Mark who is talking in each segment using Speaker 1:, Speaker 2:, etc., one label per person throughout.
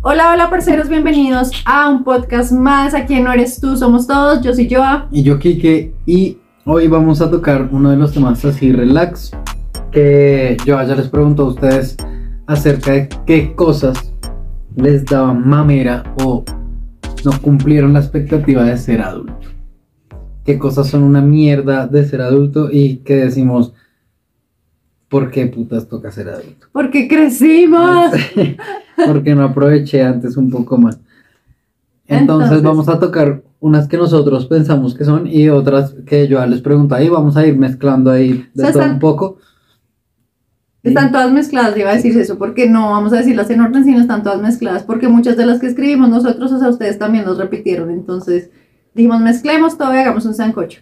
Speaker 1: Hola, hola, parceros, bienvenidos a un podcast más. Aquí en No Eres Tú, somos todos. Yo soy Joa.
Speaker 2: Y yo, Kike, y hoy vamos a tocar uno de los temas así relax. Que yo ayer les pregunto a ustedes acerca de qué cosas les daban mamera o no cumplieron la expectativa de ser adulto. Qué cosas son una mierda de ser adulto y que decimos, ¿por qué putas toca ser adulto?
Speaker 1: Porque crecimos.
Speaker 2: Este, Porque no aproveché antes un poco más. Entonces,
Speaker 1: Entonces-
Speaker 2: vamos a tocar unas que nosotros pensamos que son y otras que yo ya les pregunto ahí. Vamos a ir mezclando ahí de
Speaker 1: O sea,
Speaker 2: todo
Speaker 1: están-
Speaker 2: un poco.
Speaker 1: Están todas mezcladas, iba a decir eso, porque no vamos a decirlas en orden, sino están todas mezcladas, porque muchas de las que escribimos nosotros, o sea, ustedes también nos repitieron. Entonces dijimos, mezclemos todo y hagamos un sancocho.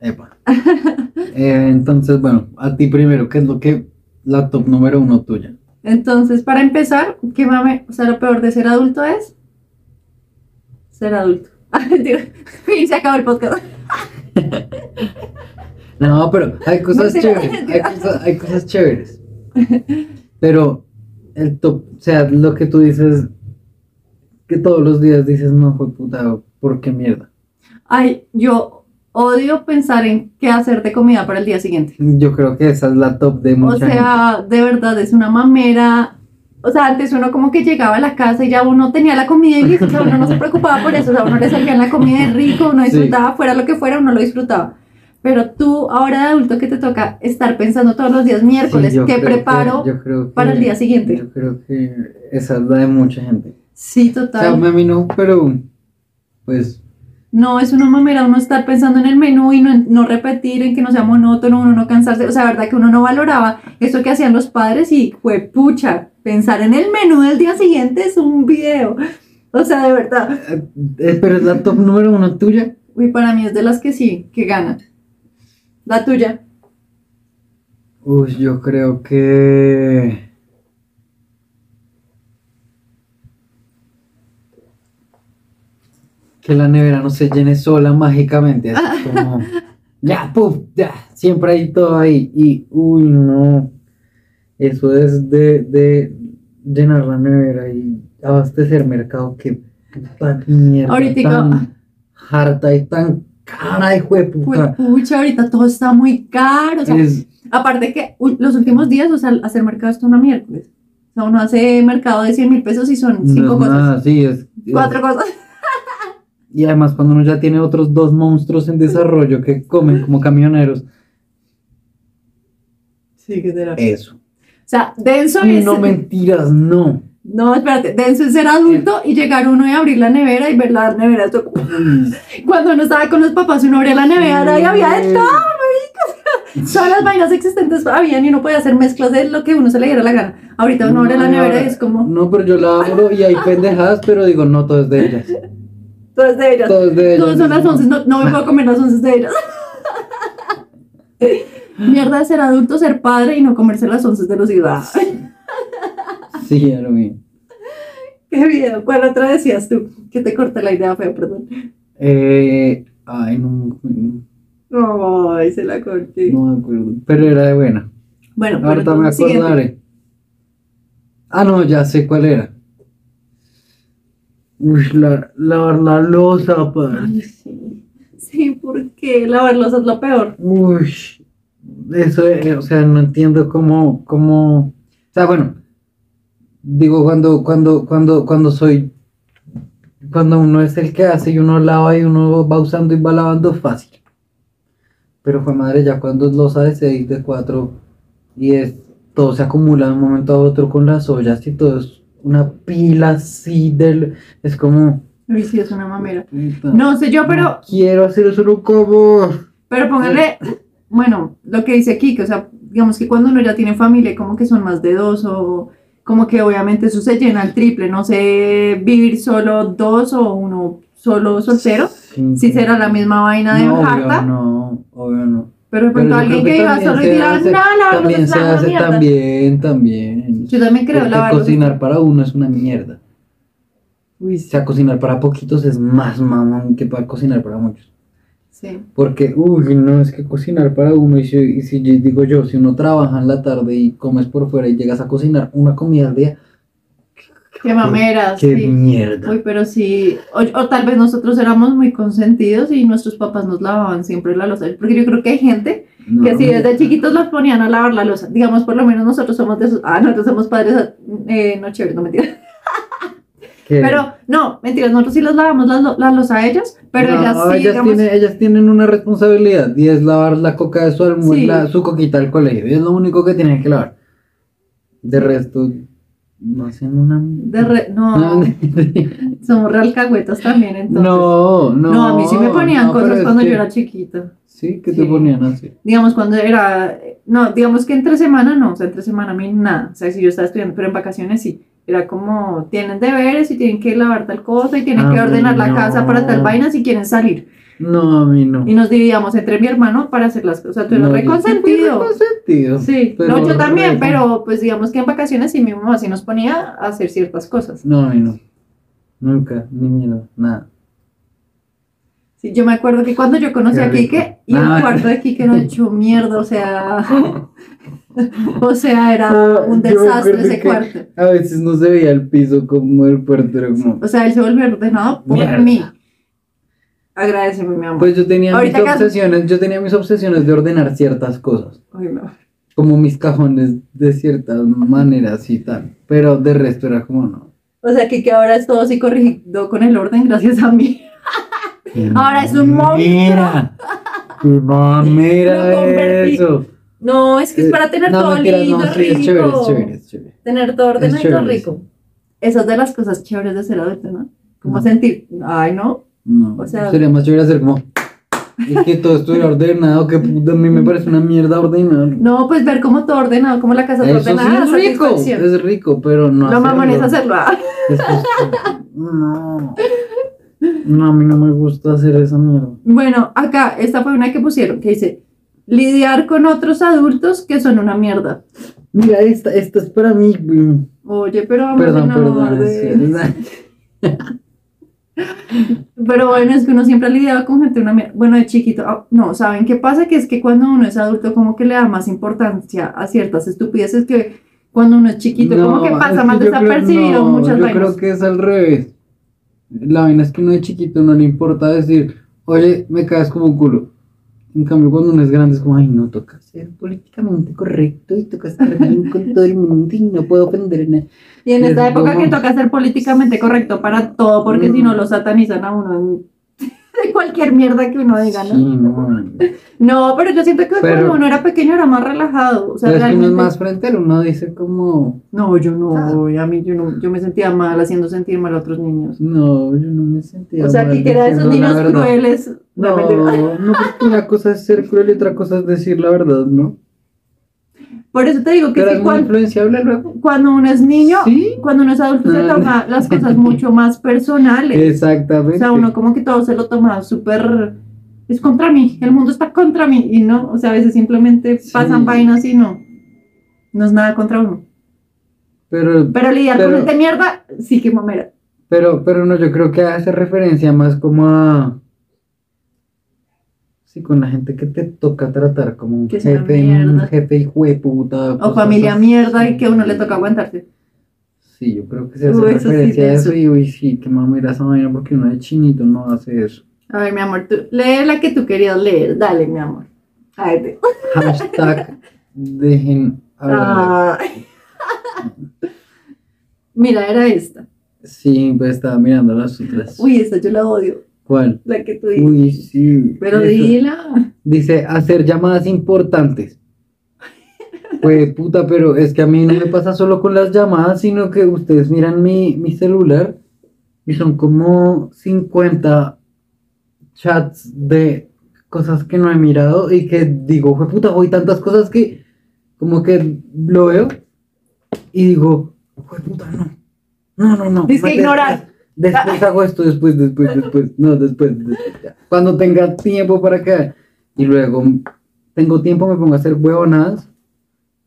Speaker 2: Epa. Eh, entonces, bueno, a ti primero, ¿qué es lo que la top número uno tuya?
Speaker 1: Entonces, para empezar, ¿qué mame? O sea, lo peor de ser adulto es ser adulto. Ah, mentira. y se acabó el podcast.
Speaker 2: No, pero hay cosas
Speaker 1: Mentira,
Speaker 2: chéveres. Hay
Speaker 1: mentira.
Speaker 2: cosas, hay cosas chéveres. Pero el top, o sea, lo que tú dices, que todos los días dices, no, fue puta, ¿por qué mierda?
Speaker 1: Ay, yo odio pensar en qué hacer de comida para el día siguiente.
Speaker 2: Yo creo que esa es la top de
Speaker 1: O
Speaker 2: mucha gente.
Speaker 1: sea, de verdad es una mamera. O sea, antes uno como que llegaba a la casa y ya uno tenía la comida y listo, o sea, uno no se preocupaba por eso, o sea, uno le salía la comida de rico, uno
Speaker 2: Sí.
Speaker 1: disfrutaba, fuera lo que fuera, uno lo disfrutaba. Pero tú, ahora de adulto, que te toca estar pensando todos los días miércoles,
Speaker 2: Sí, yo
Speaker 1: ¿qué
Speaker 2: creo
Speaker 1: preparo?
Speaker 2: que- yo creo que-
Speaker 1: para el día siguiente?
Speaker 2: Yo creo que esa es la de mucha gente.
Speaker 1: Sí,
Speaker 2: O sea,
Speaker 1: total.
Speaker 2: a mí no, pero pues
Speaker 1: No, es una mamera uno estar pensando en el menú y no, no repetir, en que no sea monótono, uno no cansarse. O sea, la verdad que uno no valoraba eso que hacían los padres y fue pucha. Pensar en el menú del día siguiente es un video. O sea, de verdad.
Speaker 2: eh, eh, pero es la top número uno tuya.
Speaker 1: Uy, para mí es de las que sí, que gana. La tuya.
Speaker 2: Uy, yo creo que. Que la nevera no se llene sola mágicamente. Así como. Ya, puf, ya. Siempre hay todo ahí. Y, uy, no. Eso es de, de llenar la nevera y abastecer mercado. Que puta mierda.
Speaker 1: Ahoritico.
Speaker 2: Tan harta y tan cara, hijo de
Speaker 1: Fue
Speaker 2: puta.
Speaker 1: pucha, ahorita todo está muy caro. O sea,
Speaker 2: Es-
Speaker 1: Aparte que u- los últimos días, o sea, hacer mercado está una miércoles. O sea, uno hace mercado de 100 mil pesos y son cinco
Speaker 2: no es
Speaker 1: cosas.
Speaker 2: nada, sí, es- es-
Speaker 1: Cuatro cosas.
Speaker 2: Y además cuando uno ya tiene otros dos monstruos en desarrollo que comen como camioneros.
Speaker 1: Sí, que será.
Speaker 2: Eso.
Speaker 1: O sea, denso es.
Speaker 2: No mentiras, no.
Speaker 1: No, espérate, denso es ser adulto y llegar uno y abrir la nevera y ver la nevera. Esto- Cuando uno estaba con los papás, uno abría la nevera y había de todo. Todas las vainas existentes habían y uno podía hacer mezclas de lo que uno se le diera la gana. Ahorita uno abre la
Speaker 2: No,
Speaker 1: nevera
Speaker 2: ahora-
Speaker 1: y es como,
Speaker 2: No, pero yo la abro y hay pendejadas, pero digo, no, todo es de ellas.
Speaker 1: todas de ellas.
Speaker 2: Todo es de ellas.
Speaker 1: Todas son las once, no, no me puedo comer las once de ellas. Mierda de ser adulto, ser padre y no comerse las once de los hijos.
Speaker 2: Sí, ya lo vi.
Speaker 1: Qué bien. ¿Cuál otra decías tú? Que te corté la idea feo, perdón.
Speaker 2: Eh, ay, no, no,
Speaker 1: Ay, se la corté.
Speaker 2: no me acuerdo. Pero era de buena.
Speaker 1: Bueno, pero
Speaker 2: Ahorita me
Speaker 1: entonces, siguiente.
Speaker 2: acordaré. Ah, no, ya sé cuál era. Uy, la, lavar la losa, padre.
Speaker 1: Ay, sí. Sí, porque lavarlos es lo peor.
Speaker 2: Uy, eso, eh, o sea, no entiendo cómo, cómo, o sea, bueno, digo, cuando, cuando, cuando, cuando soy, cuando uno es el que hace y uno lava y uno va usando y va lavando fácil. Pero fue madre, ya cuando es losa de 6, de 4 y es, todo se acumula de un momento a otro con las ollas y todo es una pila así del, es como,
Speaker 1: Uy, sí, es una mamera.
Speaker 2: puta,
Speaker 1: No sé yo, pero,
Speaker 2: quiero hacer eso no como,
Speaker 1: pero póngale, bueno, lo que dice aquí, que o sea, digamos que cuando uno ya tiene familia, como que son más de dos o como que obviamente eso se llena al triple, no sé, vivir solo dos o uno solo soltero, si será la misma vaina de
Speaker 2: no,
Speaker 1: harta,
Speaker 2: obvio no, obvio no.
Speaker 1: pero de pronto
Speaker 2: yo
Speaker 1: alguien
Speaker 2: creo
Speaker 1: que
Speaker 2: que
Speaker 1: iba
Speaker 2: también
Speaker 1: solo y
Speaker 2: se
Speaker 1: dirá,
Speaker 2: hace-
Speaker 1: no, lavarlos
Speaker 2: También
Speaker 1: es
Speaker 2: se
Speaker 1: la
Speaker 2: hace
Speaker 1: mierda.
Speaker 2: también, también.
Speaker 1: Yo también creo,
Speaker 2: Porque
Speaker 1: lavarlos. es-
Speaker 2: cocinar para uno es una mierda.
Speaker 1: Uy,
Speaker 2: O sea, cocinar para poquitos es más mamón que para cocinar para muchos.
Speaker 1: sí.
Speaker 2: Porque, uy, no, es que cocinar para uno, y si, y si yo- digo yo, si uno trabaja en la tarde y comes por fuera y llegas a cocinar una comida al día,
Speaker 1: Qué mameras.
Speaker 2: Qué
Speaker 1: Ah, sí.
Speaker 2: mierda.
Speaker 1: Uy, pero sí, o, o tal vez nosotros éramos muy consentidos y nuestros papás nos lavaban siempre la losa, porque yo creo que hay gente
Speaker 2: No,
Speaker 1: que si
Speaker 2: mira.
Speaker 1: desde chiquitos los ponían a lavar la losa, digamos, por lo menos nosotros somos de esos, ah, nosotros somos padres, eh, no chévere, no mentira,
Speaker 2: Que-
Speaker 1: pero no, mentira, nosotros sí los lavamos las lo- la losa a ellos, pero
Speaker 2: No,
Speaker 1: ellas sí,
Speaker 2: ellas,
Speaker 1: digamos,
Speaker 2: tienen, ellas tienen una responsabilidad y es lavar la coca de su almuerzo,
Speaker 1: Sí.
Speaker 2: la- su coquita al colegio. Es lo único que tienen que lavar. De resto, no hacen una.
Speaker 1: de re- no,
Speaker 2: No,
Speaker 1: somos realcahuetas también, entonces.
Speaker 2: Ah. no, no.
Speaker 1: No, a mí sí me ponían
Speaker 2: no, pero
Speaker 1: cosas
Speaker 2: es
Speaker 1: cuando
Speaker 2: que-
Speaker 1: yo era chiquita.
Speaker 2: Sí, que
Speaker 1: Sí.
Speaker 2: te ponían así.
Speaker 1: digamos cuando era, no, digamos que entre semana no, o sea, entre semana a mí nada, o sea, si yo estaba estudiando, pero en vacaciones sí, era como, tienen deberes y tienen que lavar tal cosa y tienen
Speaker 2: A
Speaker 1: que
Speaker 2: mí
Speaker 1: ordenar la
Speaker 2: no.
Speaker 1: casa para tal vaina si quieren salir.
Speaker 2: No, a mí no.
Speaker 1: Y nos dividíamos entre mi hermano para hacer las cosas, tú eras
Speaker 2: No, yo sí fui
Speaker 1: reconsentido.
Speaker 2: reconsentido.
Speaker 1: Sí,
Speaker 2: pero
Speaker 1: no, yo también,
Speaker 2: re-
Speaker 1: pero pues digamos que en vacaciones sí mi mamá sí nos ponía a hacer ciertas cosas.
Speaker 2: No, a mí no. Nunca, ni miedo, nada.
Speaker 1: Sí, yo me acuerdo que cuando yo conocí
Speaker 2: Qué
Speaker 1: a
Speaker 2: rico.
Speaker 1: Quique y
Speaker 2: Ah.
Speaker 1: el cuarto de Quique era hecho mierda, o sea, o sea, era
Speaker 2: Ah,
Speaker 1: un
Speaker 2: yo me
Speaker 1: desastre
Speaker 2: acuerdo
Speaker 1: ese
Speaker 2: que-
Speaker 1: cuarto.
Speaker 2: A veces no se veía el piso como el puerto era como.
Speaker 1: O sea, él se volvió ordenado por
Speaker 2: Mierda.
Speaker 1: mí. Agradeceme, mi amor.
Speaker 2: Pues yo tenía
Speaker 1: Ahorita
Speaker 2: mis
Speaker 1: acá-
Speaker 2: obsesiones, yo tenía mis obsesiones de ordenar ciertas cosas,
Speaker 1: Ay, no.
Speaker 2: como mis cajones de ciertas maneras y tal, pero de resto era como no.
Speaker 1: O sea, que, que ahora es todo así corregido con el orden gracias a mí. Ahora es un monstruo.
Speaker 2: Mira, no
Speaker 1: Lo convertí.
Speaker 2: eso.
Speaker 1: No, es que es para tener
Speaker 2: no,
Speaker 1: todo
Speaker 2: mentira,
Speaker 1: lindo,
Speaker 2: no, sí,
Speaker 1: rico.
Speaker 2: es chévere, es chévere, es chévere.
Speaker 1: Tener todo ordenado
Speaker 2: Es
Speaker 1: y todo
Speaker 2: chévere,
Speaker 1: rico. Esa es de las cosas chéveres de ser adulto, ¿no? Como
Speaker 2: No.
Speaker 1: sentir, ay, no.
Speaker 2: No,
Speaker 1: O sea-
Speaker 2: sería más chévere hacer como y que todo estuviera ordenado, que puta, a mí me parece una mierda ordenado.
Speaker 1: No, pues ver cómo todo ordenado, cómo la casa está
Speaker 2: Eso sí
Speaker 1: ordenada,
Speaker 2: es rico,
Speaker 1: satisfacción.
Speaker 2: es rico, pero no
Speaker 1: Lo mamón es
Speaker 2: hacerlo.
Speaker 1: hacerlo. ah.
Speaker 2: Es que- No. No, a mí no me gusta hacer esa mierda.
Speaker 1: Bueno, acá, esta fue una que pusieron, que dice, lidiar con otros adultos que son una mierda.
Speaker 2: Mira, esta, esta es para mí. güey.
Speaker 1: Oye, pero vamos
Speaker 2: Perdón,
Speaker 1: en amor
Speaker 2: perdón.
Speaker 1: de-
Speaker 2: es que- es la-
Speaker 1: Pero bueno, es que uno siempre ha lidiado con gente una mier- Bueno, de chiquito. ah, no, ¿saben qué pasa? Que es que cuando uno es adulto, como que le da más importancia a ciertas estupideces que cuando uno es chiquito, como
Speaker 2: No,
Speaker 1: que
Speaker 2: es
Speaker 1: pasa más
Speaker 2: yo creo-
Speaker 1: desapercibido
Speaker 2: no,
Speaker 1: muchas
Speaker 2: Yo
Speaker 1: vainas.
Speaker 2: creo que es al revés. La vaina es que uno de chiquito no le importa decir, oye, me caes como un culo. En cambio, cuando uno es grande es como, ay, no, toca ser políticamente correcto y toca estar bien con todo el mundo y no puedo ofender a nadie.
Speaker 1: Y en esta
Speaker 2: es
Speaker 1: época que
Speaker 2: como-
Speaker 1: toca ser políticamente correcto para todo, porque
Speaker 2: Mm.
Speaker 1: si no lo satanizan a uno en- de cualquier mierda que uno diga,
Speaker 2: Sí,
Speaker 1: ¿no?
Speaker 2: no.
Speaker 1: No, pero yo siento que cuando
Speaker 2: Pero-
Speaker 1: uno era pequeño era más relajado. O sea,
Speaker 2: Pero es que uno
Speaker 1: realmente.
Speaker 2: es más frontal, uno dice como,
Speaker 1: No, yo
Speaker 2: Ah.
Speaker 1: no, a mí yo no, yo me sentía mal haciendo sentir mal a otros niños.
Speaker 2: no, yo no me sentía
Speaker 1: O sea,
Speaker 2: mal
Speaker 1: que queda esos
Speaker 2: diciendo la
Speaker 1: niños
Speaker 2: verdad".
Speaker 1: crueles.
Speaker 2: No, no, porque una cosa es ser cruel y otra cosa es decir la verdad, ¿no?
Speaker 1: Por eso te digo que
Speaker 2: Pero
Speaker 1: sí,
Speaker 2: es muy
Speaker 1: cuan-
Speaker 2: influenciable luego.
Speaker 1: cuando uno es niño,
Speaker 2: Sí,
Speaker 1: cuando uno es adulto, se
Speaker 2: No,
Speaker 1: toma las cosas mucho más personales.
Speaker 2: exactamente.
Speaker 1: O sea, uno como que todo se lo toma súper. Es contra mí, el mundo está contra mí. Y no, o sea, a veces simplemente
Speaker 2: Sí.
Speaker 1: pasan vainas y no. No es nada contra uno.
Speaker 2: Pero,
Speaker 1: Pero lidiar con
Speaker 2: Pero-
Speaker 1: gente mierda, sí que mamera.
Speaker 2: pero, pero no, yo creo que hace referencia más como a. Sí, con la gente que te toca tratar como un
Speaker 1: Que es una
Speaker 2: jefe, un
Speaker 1: mierda.
Speaker 2: jefe hijo de puta.
Speaker 1: O familia
Speaker 2: mía.
Speaker 1: mierda y que a uno le toca aguantarse.
Speaker 2: Sí, yo creo que se hace
Speaker 1: Uy, eso sí,
Speaker 2: referencia a
Speaker 1: denso.
Speaker 2: eso y uy, sí, que mamera esa vaina porque uno de chinito no hace eso.
Speaker 1: A ver, mi amor, tú, lee la que tú querías leer. Dale, mi amor. A ver, te-
Speaker 2: Hashtag dejen hablar.
Speaker 1: Ay. Mira, era esta.
Speaker 2: Sí, pues estaba mirando las otras.
Speaker 1: Uy, esa yo la odio,
Speaker 2: ¿Cuál?
Speaker 1: la que tú dices.
Speaker 2: Uy, sí.
Speaker 1: Pero
Speaker 2: eso.
Speaker 1: dila.
Speaker 2: Dice, hacer llamadas importantes. Pues puta, pero es que a mí no me pasa solo con las llamadas, sino que ustedes miran mi, mi celular y son como 50 chats de cosas que no he mirado y que digo, "Jue puta, hoy tantas cosas que como que lo veo y digo, "Jue puta, no. No, no, no.
Speaker 1: Dice
Speaker 2: no,
Speaker 1: ignorar.
Speaker 2: Después después hago esto, después, después, después. No, después, después, ya. Cuando tenga tiempo para acá. Y luego tengo tiempo, me pongo a hacer huevonadas.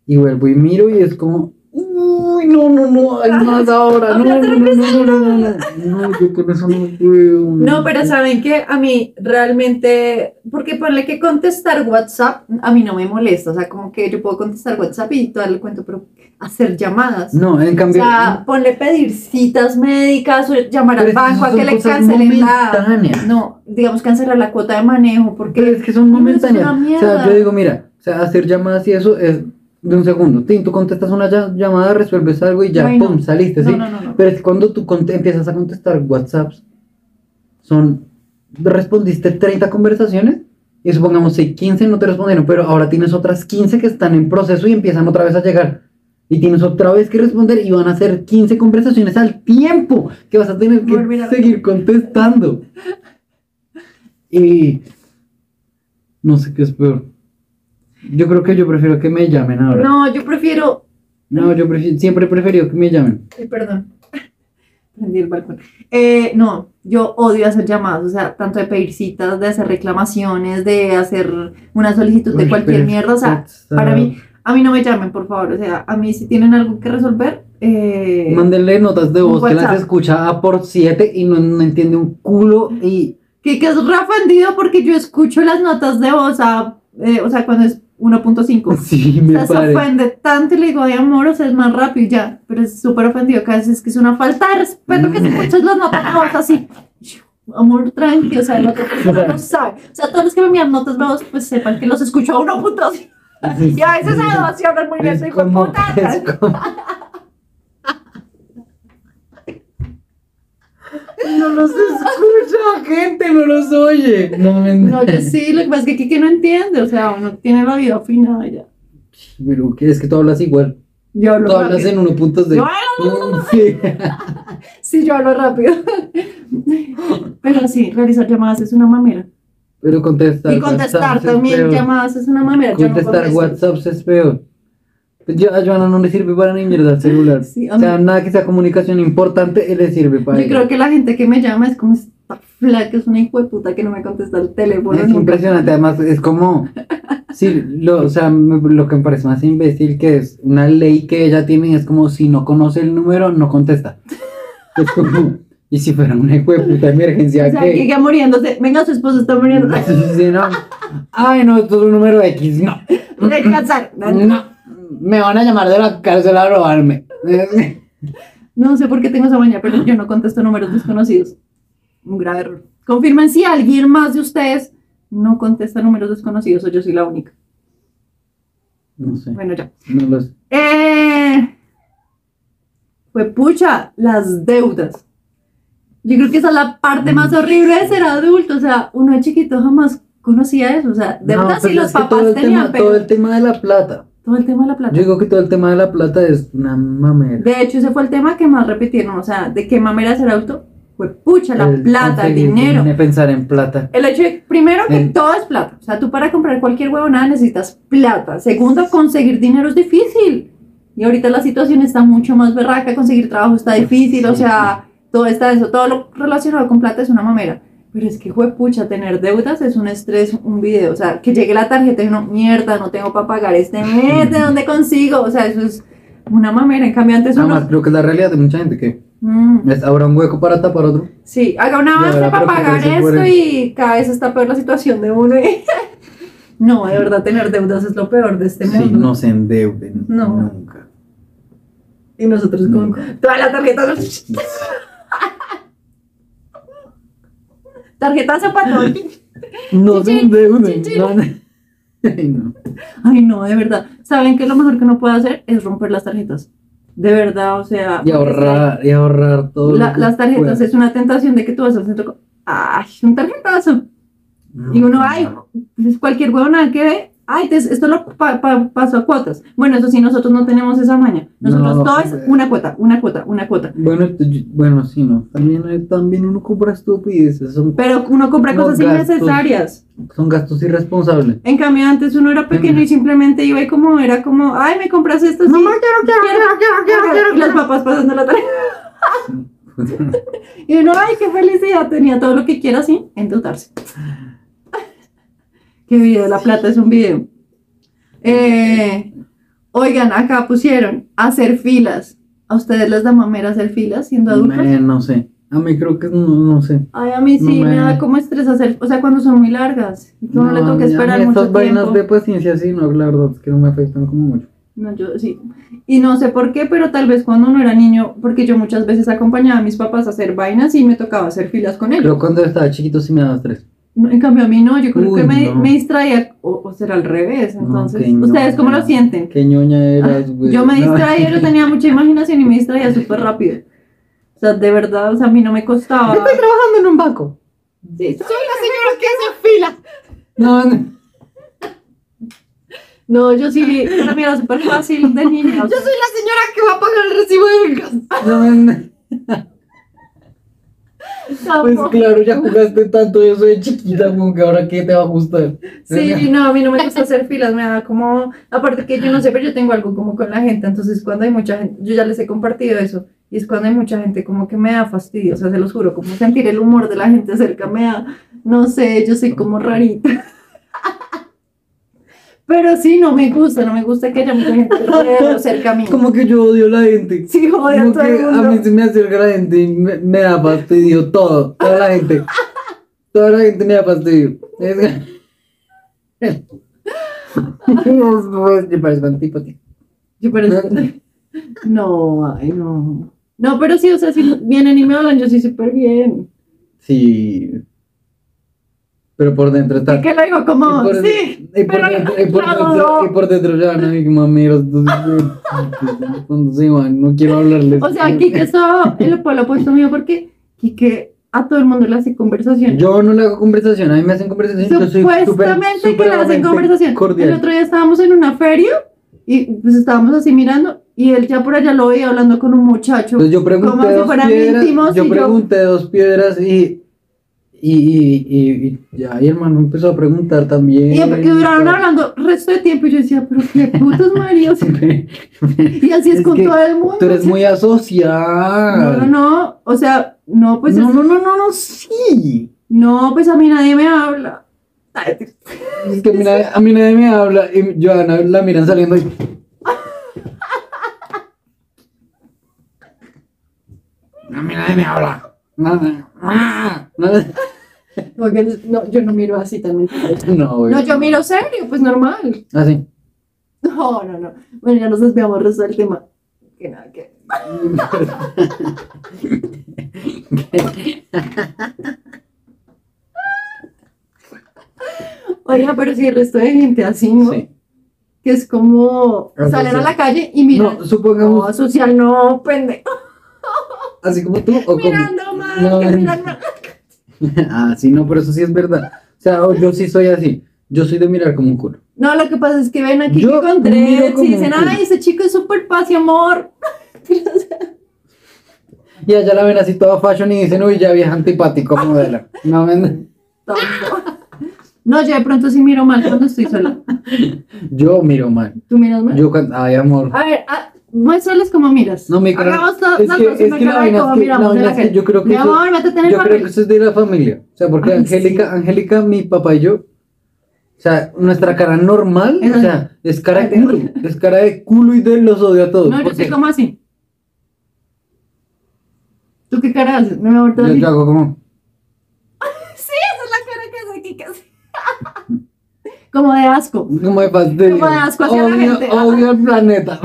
Speaker 2: Y vuelvo y miro y es como. "Uy, uy, no, no, no,
Speaker 1: Ah,
Speaker 2: hay más ahora, no, no,
Speaker 1: Hablar de
Speaker 2: no, no, no, no, no, no, no, yo con eso no puedo.
Speaker 1: No, pero saben que a mí realmente, porque ponle que contestar WhatsApp, a mí no me molesta, o sea, como que yo puedo contestar WhatsApp y todo el cuento, pero hacer llamadas.
Speaker 2: No, en
Speaker 1: O
Speaker 2: cambio.
Speaker 1: sea, ponle pedir citas médicas o llamar
Speaker 2: pero
Speaker 1: al
Speaker 2: es que
Speaker 1: banco a
Speaker 2: son
Speaker 1: que le
Speaker 2: cosas
Speaker 1: cancelen la...
Speaker 2: momentáneas.
Speaker 1: No, digamos cancelar la cuota de manejo porque...
Speaker 2: Pero es que son
Speaker 1: No, es
Speaker 2: momentáneas.
Speaker 1: una
Speaker 2: o sea,
Speaker 1: mierda.
Speaker 2: yo digo, mira, o sea, hacer llamadas y eso es de un segundo. Tin, tú contestas una ll- llamada, resuelves algo y ya,
Speaker 1: Ay, no.
Speaker 2: pum, saliste,
Speaker 1: No,
Speaker 2: ¿sí?
Speaker 1: no, no, no.
Speaker 2: Pero es que cuando tú cont- empiezas a contestar WhatsApps, son. Respondiste 30 conversaciones y supongamos si 15 no te respondieron, pero ahora tienes otras 15 que están en proceso y empiezan otra vez a llegar. Y tienes otra vez que responder y van a ser 15 conversaciones al tiempo que vas a tener que
Speaker 1: Volver a-
Speaker 2: seguir contestando. Y no sé qué es peor. Yo creo que yo prefiero que me llamen ahora. No,
Speaker 1: No, yo prefiero...
Speaker 2: yo prefi- siempre he preferido que me llamen.
Speaker 1: Ay, perdón. Prendí el balcón. Eh, no, yo odio hacer llamadas, o sea, tanto de pedir citas, de hacer reclamaciones, de hacer una solicitud de
Speaker 2: Uy,
Speaker 1: cualquier
Speaker 2: pero
Speaker 1: mierda, o sea,
Speaker 2: WhatsApp.
Speaker 1: para mí, a mí no me llamen, por favor, o sea, a mí si tienen algo que resolver, eh,
Speaker 2: Mándenle notas de
Speaker 1: Un
Speaker 2: voz que las
Speaker 1: WhatsApp.
Speaker 2: escucha a por 7 y no, no entiende un culo y
Speaker 1: que, que es reofendido porque yo escucho las notas de voz, a, eh, o sea, cuando es 1.5.
Speaker 2: sí
Speaker 1: O
Speaker 2: me
Speaker 1: sea, se
Speaker 2: parece.
Speaker 1: ofende tanto y le digo, de amor, o sea, es más rápido y ya, pero es súper ofendido, casi es que es una falta de respeto que
Speaker 2: Mm.
Speaker 1: si escuchas las notas de voz así. Amor, tranquilo, o sea, la otra persona no sabe. O sea, todos los que me envían notas de voz, pues sepan que los escucho a 1.5.
Speaker 2: Sí,
Speaker 1: Y a veces
Speaker 2: sí.
Speaker 1: a dos y hablan muy bien,
Speaker 2: Es
Speaker 1: hijo de
Speaker 2: como-
Speaker 1: puta.
Speaker 2: es como- No los escucha, gente, no los oye. No, me-
Speaker 1: No, yo sí, lo que pasa es que Kike no entiende, o sea, uno tiene la vida afinada ya.
Speaker 2: Pero que es que tú hablas igual.
Speaker 1: Yo hablo
Speaker 2: Tú hablas
Speaker 1: rápido.
Speaker 2: en 1.6.
Speaker 1: Yo
Speaker 2: Sí.
Speaker 1: Sí, yo hablo rápido. Pero sí, realizar llamadas es una mamera.
Speaker 2: Pero contestar.
Speaker 1: Y contestar
Speaker 2: WhatsApp es
Speaker 1: también
Speaker 2: peor.
Speaker 1: llamadas es una mamera. Yo no
Speaker 2: Contestar
Speaker 1: contesto.
Speaker 2: WhatsApp es peor. Pues Yo, a Joana no le sirve para ni mierda el celular.
Speaker 1: Sí, a
Speaker 2: O
Speaker 1: mí-
Speaker 2: sea, nada que sea comunicación importante, él le sirve para
Speaker 1: yo creo que la gente que me llama es como esta flaca, es una hijo de puta que no me contesta el teléfono.
Speaker 2: Es
Speaker 1: nunca.
Speaker 2: impresionante, además es como... Sí, lo, o sea, me- lo que me parece más imbécil que es una ley que ella tiene es como si no conoce el número, no contesta. Es como, y si fuera una hijo de puta emergencia,
Speaker 1: O sea,
Speaker 2: ¿qué?
Speaker 1: Kike muriéndose. Venga, su esposo está muriendo.
Speaker 2: Sí, no. Ay, no, esto es un número X, no.
Speaker 1: Descansar.
Speaker 2: No, me van a llamar de la cárcel a robarme.
Speaker 1: No sé por qué tengo esa maña, pero yo no contesto números desconocidos. Un grave error. Confirmen si alguien más de ustedes no contesta números desconocidos o yo soy la única.
Speaker 2: No sé,
Speaker 1: Bueno, ya.
Speaker 2: no lo sé.
Speaker 1: Eh, pues pucha, las deudas. Yo creo que esa es la parte
Speaker 2: Mm.
Speaker 1: más horrible de ser adulto. O sea, uno de chiquito jamás conocía eso. O sea,
Speaker 2: No,
Speaker 1: deudas sí
Speaker 2: pero
Speaker 1: los
Speaker 2: es que todo
Speaker 1: papás
Speaker 2: el
Speaker 1: tenían,
Speaker 2: tema-
Speaker 1: pero
Speaker 2: Todo el tema de la plata.
Speaker 1: tema de la plata.
Speaker 2: Yo digo que todo el tema de la plata es una mamera.
Speaker 1: De hecho, ese fue el tema que más repitieron. O sea, de qué mamera ser adulto. Pues pucha, la
Speaker 2: El
Speaker 1: plata, el
Speaker 2: conseguir-
Speaker 1: dinero.
Speaker 2: De pensar en plata.
Speaker 1: El hecho de, primero, que
Speaker 2: El-
Speaker 1: todo es plata. O sea, tú para comprar cualquier huevonada necesitas plata. Segundo, conseguir dinero es difícil. Y ahorita la situación está mucho más berraca, conseguir trabajo está difícil, o sea, todo está eso, todo lo relacionado con plata es una mamera. Pero es que, juepucha, tener deudas es un estrés, un video. O sea, que llegue la tarjeta y no, mierda, no tengo para pagar este mes, ¿de dónde consigo? O sea, eso es una mamera. En cambio, antes
Speaker 2: Nada
Speaker 1: uno...
Speaker 2: más creo que es la realidad de mucha gente que
Speaker 1: Mm.
Speaker 2: es, habrá un hueco para tapar otro.
Speaker 1: Sí, haga una
Speaker 2: Ya,
Speaker 1: avance
Speaker 2: la
Speaker 1: para
Speaker 2: preocupación
Speaker 1: pagar esto
Speaker 2: por el-
Speaker 1: y cada vez está peor la situación de uno. y- no, de verdad, tener deudas es lo peor de este
Speaker 2: Sí,
Speaker 1: mundo.
Speaker 2: no se endeuden.
Speaker 1: No.
Speaker 2: Nunca.
Speaker 1: Y nosotros con todas las tarjetas. Tarjetazo patón.
Speaker 2: No se
Speaker 1: Chichi,
Speaker 2: endeuden.
Speaker 1: chichi.
Speaker 2: no se- Ay, no.
Speaker 1: Ay, no, de verdad. ¿Saben que lo mejor que uno puede hacer es romper las tarjetas? De verdad, o sea.
Speaker 2: Y ahorrar, y ahorrar todo. lo
Speaker 1: la-
Speaker 2: que
Speaker 1: las tarjetas
Speaker 2: pueda.
Speaker 1: es una tentación de que tú vas al centro. con- ¡Ay, un tarjetazo! Y uno, ay, pues, cualquier huevona que ve, ay, te- esto lo pa- pa- paso a cuotas. Bueno, eso sí, nosotros no tenemos esa maña. Nosotros
Speaker 2: No,
Speaker 1: todo es
Speaker 2: hombre.
Speaker 1: una cuota, una cuota, una cuota.
Speaker 2: Bueno, esto yo- bueno, sí, no. También, hay- también uno compra estupideces. Son,
Speaker 1: Pero uno compra
Speaker 2: Los
Speaker 1: cosas
Speaker 2: gastos.
Speaker 1: innecesarias.
Speaker 2: son gastos irresponsables.
Speaker 1: En cambio, antes uno era pequeño y simplemente iba y como era como, ay, me compras esto, sí.
Speaker 2: quiero, quiero,
Speaker 1: Y los papás pasando la tarjeta. Y uno, ay, qué felicidad, tenía todo lo que quiera sin endeudarse. qué video, la plata es un video. Eh, oigan, acá pusieron hacer filas. ¿A ustedes les da mamera hacer filas siendo adultos?
Speaker 2: Me- no sé. A mí creo que no, no sé.
Speaker 1: Ay, a mí sí
Speaker 2: No
Speaker 1: me...
Speaker 2: me-
Speaker 1: da como estrés hacer, o sea, cuando son muy largas, que uno le
Speaker 2: No,
Speaker 1: toca
Speaker 2: a mí- a mí
Speaker 1: esperar mucho
Speaker 2: Estas vainas
Speaker 1: tiempo.
Speaker 2: de paciencia sí, no, la verdad es que no me afectan como mucho.
Speaker 1: No, yo sí. Y no sé por qué, pero tal vez cuando uno era niño, porque yo muchas veces acompañaba a mis papás a hacer vainas y me tocaba hacer filas con ellos.
Speaker 2: Yo cuando estaba chiquito sí me daba estrés.
Speaker 1: No, En cambio, a mí no, yo creo
Speaker 2: Uy,
Speaker 1: que me,
Speaker 2: no.
Speaker 1: me distraía, o, o será al revés.
Speaker 2: No,
Speaker 1: Entonces,
Speaker 2: que no,
Speaker 1: ¿ustedes cómo lo
Speaker 2: no.
Speaker 1: sienten? Ah,
Speaker 2: Qué ñoña eras, güey.
Speaker 1: Yo me
Speaker 2: No.
Speaker 1: distraía, yo tenía mucha imaginación y me distraía súper rápido. O sea, de verdad, o sea, a mí no me costaba.
Speaker 2: Estoy trabajando en un banco.
Speaker 1: Sí, sí.
Speaker 3: señora que hace filas.
Speaker 2: No, no.
Speaker 1: No, yo sí, para mí era súper fácil de niña. o sea,
Speaker 3: Soy la señora que va a pagar el recibo del gas.
Speaker 2: no, no. Pues
Speaker 1: tampoco.
Speaker 2: claro, ya jugaste tanto eso de chiquita, güey, que ahora qué te va a gustar.
Speaker 1: Sí, no, a mí no me gusta hacer filas, me da como, aparte que yo no sé, pero yo tengo algo como con la gente, entonces cuando hay mucha gente, yo ya les he compartido eso, y es cuando hay mucha gente como que me da fastidio, o sea, se los juro, como sentir el humor de la gente cerca me da, no sé, yo soy como rarita. Pero sí, no me gusta, no me gusta que haya mucha gente alrededor cerca a mí.
Speaker 2: Como que yo odio a la gente.
Speaker 1: Sí, odio a
Speaker 2: Como
Speaker 1: todo el
Speaker 2: que a mí
Speaker 1: mundo.
Speaker 2: se me acerca la gente y me, me da fastidio todo, toda la gente. Toda la gente me da fastidio. Es es- Yo parezco antipático.
Speaker 1: Yo parezco- No, ay, no. No, pero sí, o sea, si vienen y me hablan, yo soy súper bien.
Speaker 2: Sí. Pero por dentro está.
Speaker 1: ¿Qué le digo?
Speaker 2: y
Speaker 1: Como,
Speaker 2: por,
Speaker 1: sí,
Speaker 2: y por
Speaker 1: pero
Speaker 2: dentro, y por
Speaker 1: no,
Speaker 2: dentro-
Speaker 1: no.
Speaker 2: y por dentro ya no hay mameros. entonces, Cuando se van, no quiero hablarles.
Speaker 1: O sea, Kike estaba en el polo opuesto mío porque Kike a todo el mundo le hace conversación.
Speaker 2: Yo no le hago conversación, a mí me hacen conversación. yo soy súper-
Speaker 1: Supuestamente que le hacen
Speaker 2: supremamente
Speaker 1: conversación. El
Speaker 2: Cordial.
Speaker 1: otro día estábamos en una feria y pues estábamos así mirando y él ya por allá lo veía hablando con un muchacho.
Speaker 2: Entonces yo
Speaker 1: Como si
Speaker 2: pregunté dos
Speaker 1: fueran
Speaker 2: piedras,
Speaker 1: íntimos y
Speaker 2: yo
Speaker 1: yo-
Speaker 2: pregunté dos piedras y y, y, y, y ya y el hermano empezó a preguntar también.
Speaker 1: Y, y duraron hablando resto de tiempo y yo decía, pero qué putos maridos. Y así es,
Speaker 2: Es
Speaker 1: con
Speaker 2: que
Speaker 1: todo el mundo.
Speaker 2: Tú eres muy
Speaker 1: No,
Speaker 2: asocial.
Speaker 1: no, no, o sea, no, pues
Speaker 2: no,
Speaker 1: es-
Speaker 2: no, no, no, no, sí.
Speaker 1: no, pues a mí nadie me habla. Ay,
Speaker 2: Es que a mí, nadie, a mí nadie me habla y yo a Ana la miran saliendo y... A mí nadie me habla. Nada. Ah, nada.
Speaker 1: porque No, yo no miro así también.
Speaker 2: No, güey.
Speaker 1: No, yo miro serio, pues normal.
Speaker 2: Así.
Speaker 1: No, no, no. Bueno, ya nos desviamos resto del tema. Que nada, que. Oiga, pero si el resto de gente así, ¿no?
Speaker 2: Sí.
Speaker 1: Que es como
Speaker 2: Asocial.
Speaker 1: salen a la calle y miran.
Speaker 2: No, supongamos
Speaker 1: No, social, no, pendejo.
Speaker 2: así como tú o como.
Speaker 1: Mirando mal,
Speaker 2: No,
Speaker 1: que
Speaker 2: no.
Speaker 1: miran mal.
Speaker 2: ah, sí, no, pero eso sí es verdad. O sea, o yo sí soy así. Yo soy de mirar como un culo.
Speaker 1: No, lo que pasa es que ven aquí
Speaker 2: Yo
Speaker 1: que con
Speaker 2: miro
Speaker 1: dreads
Speaker 2: como
Speaker 1: y dicen,
Speaker 2: un culo.
Speaker 1: ay, ese chico es súper paz y amor.
Speaker 2: Y allá la ven así toda fashion y dicen, uy, ya vieja antipático modelo. No, men.
Speaker 1: Tonto. No, yo de pronto sí miro mal cuando estoy sola.
Speaker 2: yo miro mal.
Speaker 1: ¿Tú miras mal?
Speaker 2: Yo cuando, ay, amor.
Speaker 1: A ver, a, muéstrales cómo miras.
Speaker 2: No, mi cara-
Speaker 1: Hagamos todos
Speaker 2: Es que,
Speaker 1: nosotros
Speaker 2: es
Speaker 1: una
Speaker 2: que la
Speaker 1: cara de
Speaker 2: vaina
Speaker 1: cómo
Speaker 2: es que, la
Speaker 1: miramos en
Speaker 2: vaina
Speaker 1: la
Speaker 2: es que
Speaker 1: calle.
Speaker 2: yo creo que
Speaker 1: Mi
Speaker 2: eso,
Speaker 1: amor, métete en el
Speaker 2: yo creo que
Speaker 1: papel.
Speaker 2: eso es de la familia. O sea, porque
Speaker 1: Ay,
Speaker 2: Angélica,
Speaker 1: sí.
Speaker 2: Angélica, mi papá y yo, o sea, nuestra cara normal,
Speaker 1: Es
Speaker 2: o sea, es cara de culo, es cara de culo y de los odio a todos.
Speaker 1: No, yo
Speaker 2: porque
Speaker 1: soy como así. ¿Tú qué cara haces? No me aborto
Speaker 2: yo,
Speaker 1: así.
Speaker 2: yo hago como,
Speaker 1: Sí, esa es la cara que hace aquí, que hace. Como de asco.
Speaker 2: como de pastel.
Speaker 1: Como de asco hacia la
Speaker 2: odio,
Speaker 1: gente.
Speaker 2: odio el planeta.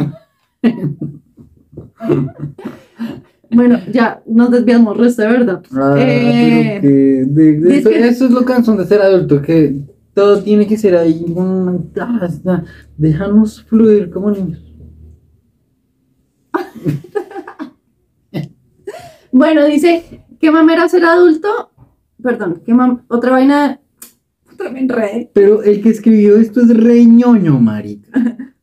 Speaker 1: Bueno, ya, nos desviamos, resto de verdad.
Speaker 2: Ah,
Speaker 1: Eh,
Speaker 2: pero que- de- de- eso,
Speaker 1: dice-
Speaker 2: eso es lo cansón de ser adulto, que todo tiene que ser ahí. un- ah, está, Déjanos fluir como niños.
Speaker 1: Bueno, dice, ¿qué mamera ser adulto? Perdón, ¿qué mam otra vaina? Otra me enredé.
Speaker 2: Pero el que escribió esto es reñoño, marica.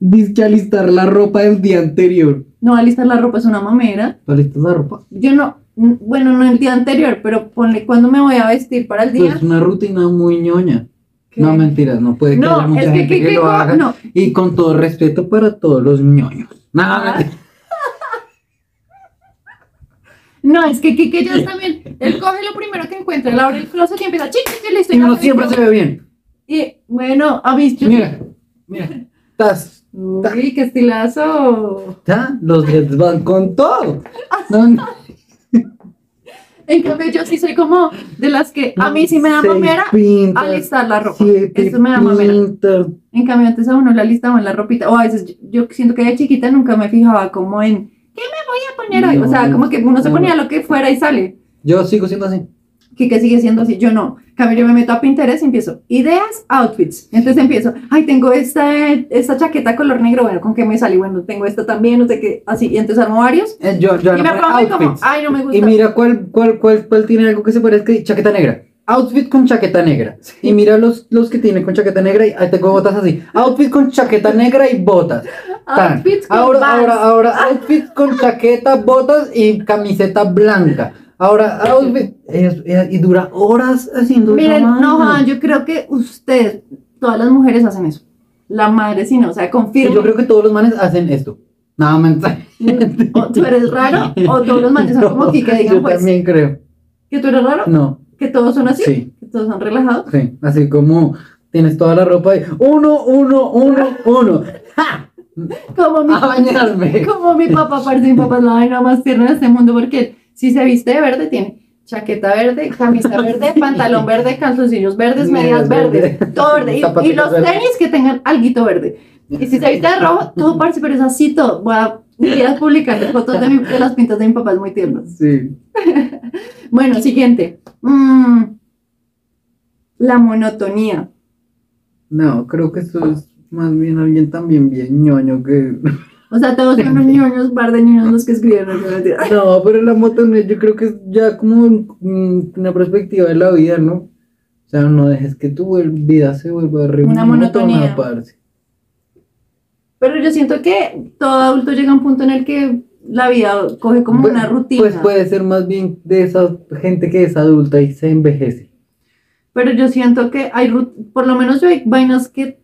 Speaker 2: Dice que alistar la ropa del día anterior.
Speaker 1: No, alistar la ropa es una mamera.
Speaker 2: ¿Alistas la ropa?
Speaker 1: Yo no, n- bueno, no el día anterior, pero ponle cuando me voy a vestir para el
Speaker 2: Pues
Speaker 1: día.
Speaker 2: es una rutina muy ñoña.
Speaker 1: ¿Qué?
Speaker 2: Pues, No, mentiras, no puede que
Speaker 1: No,
Speaker 2: haya mucha
Speaker 1: es que-
Speaker 2: gente
Speaker 1: que-
Speaker 2: que,
Speaker 1: que-
Speaker 2: lo
Speaker 1: no,
Speaker 2: haga.
Speaker 1: no.
Speaker 2: Y con todo respeto para todos los ñoños. Nada,
Speaker 1: Ah. No, es que Kike ya está bien. Él coge lo primero que encuentra, él abre el closet y empieza, chiquis, yo listo.
Speaker 2: y
Speaker 1: ya
Speaker 2: uno
Speaker 1: me
Speaker 2: siempre
Speaker 1: vengo".
Speaker 2: se ve bien.
Speaker 1: Y bueno, a mí, yo-
Speaker 2: Mira, mira, estás
Speaker 1: Uy, qué estilazo.
Speaker 2: Ya, los Jets van con todo. No, no,
Speaker 1: En cambio, yo sí soy como de las que a mí sí me da
Speaker 2: seis
Speaker 1: mamera
Speaker 2: pintas,
Speaker 1: alistar la ropa.
Speaker 2: siete
Speaker 1: Eso me da mamera.
Speaker 2: pintas.
Speaker 1: En cambio, antes a uno la listaban la ropita. O a veces yo, yo siento que de chiquita nunca me fijaba como en qué me voy a poner hoy. o sea,
Speaker 2: No,
Speaker 1: como que uno se
Speaker 2: no.
Speaker 1: ponía lo que fuera y sale.
Speaker 2: Yo sigo siendo así.
Speaker 1: Que, que sigue siendo así. Yo no. En cambio, yo me meto a Pinterest y empiezo ideas, outfits. Entonces empiezo, ay, tengo esta, esta chaqueta color negro. Bueno, ¿con qué me sale? Bueno, tengo esta también, no sé qué. Así. Y entonces armo varios.
Speaker 2: Eh, Yo, yo
Speaker 1: y
Speaker 2: no
Speaker 1: me
Speaker 2: pone
Speaker 1: pongo y como,
Speaker 2: outfits.
Speaker 1: ay, no me gusta.
Speaker 2: Y mira cuál, cuál, cuál, cuál tiene algo que se parezca y chaqueta negra. Outfit con chaqueta negra. Y mira los, los que tienen con chaqueta negra y ahí tengo botas así. Outfit con chaqueta negra y botas. Tan.
Speaker 1: outfits con
Speaker 2: ahora,
Speaker 1: Vans. Ah.
Speaker 2: ahora, ahora, outfit con chaqueta, botas y camiseta blanca. Ahora, outfit. es- es- y dura horas haciendo esa
Speaker 1: Miren, no,
Speaker 2: vaina.
Speaker 1: jodan, yo creo que ustedes, todas las mujeres hacen eso. La madre, si no, o sea,
Speaker 2: Y
Speaker 1: confirma.
Speaker 2: Yo creo que todos los manes hacen esto. Nada, mentira.
Speaker 1: O tú eres raro, o todos los manes son como Kike, digan
Speaker 2: Yo
Speaker 1: pues,
Speaker 2: también creo.
Speaker 1: que tú eres raro,
Speaker 2: No.
Speaker 1: que todos son así,
Speaker 2: Sí.
Speaker 1: que todos son relajados.
Speaker 2: Sí, así como tienes toda la ropa y uno, uno, uno, uno. ¡Ja!
Speaker 1: Como mi,
Speaker 2: A bañarme.
Speaker 1: como mi papá, parce, mi papá es la vaina más tierna de este mundo, porque él, si se viste de verde, tiene chaqueta verde, camisa verde, pantalón verde, calzoncillos verdes, medias
Speaker 2: Medias verde.
Speaker 1: verdes, todo verde, y, y
Speaker 2: Zapatillas
Speaker 1: los
Speaker 2: verdes.
Speaker 1: tenis que tengan alguito verde. Y si se viste de rojo, todo parce, pero es así todo. Voy a, voy a publicar fotos de, mi- de las pintas de mi papá, es muy tierno.
Speaker 2: Sí.
Speaker 1: Bueno, siguiente. Mm, la monotonía.
Speaker 2: No, creo que eso es más bien alguien también bien ñoño que.
Speaker 1: O sea, todos son unos niños, par de niños los que escribieron. yo mentira.
Speaker 2: No, pero la motoneta yo creo que es ya como mm, una perspectiva de la vida, ¿no? O sea, no dejes que tu vida se vuelva re
Speaker 1: Una
Speaker 2: monótona,
Speaker 1: monotonía.
Speaker 2: parce.
Speaker 1: Pero yo siento que todo adulto llega a un punto en el que la vida coge como
Speaker 2: Bueno,
Speaker 1: una rutina.
Speaker 2: Pues puede ser más bien de esa gente que es adulta y se envejece.
Speaker 1: Pero yo siento que hay, rut- por lo menos yo hay vainas que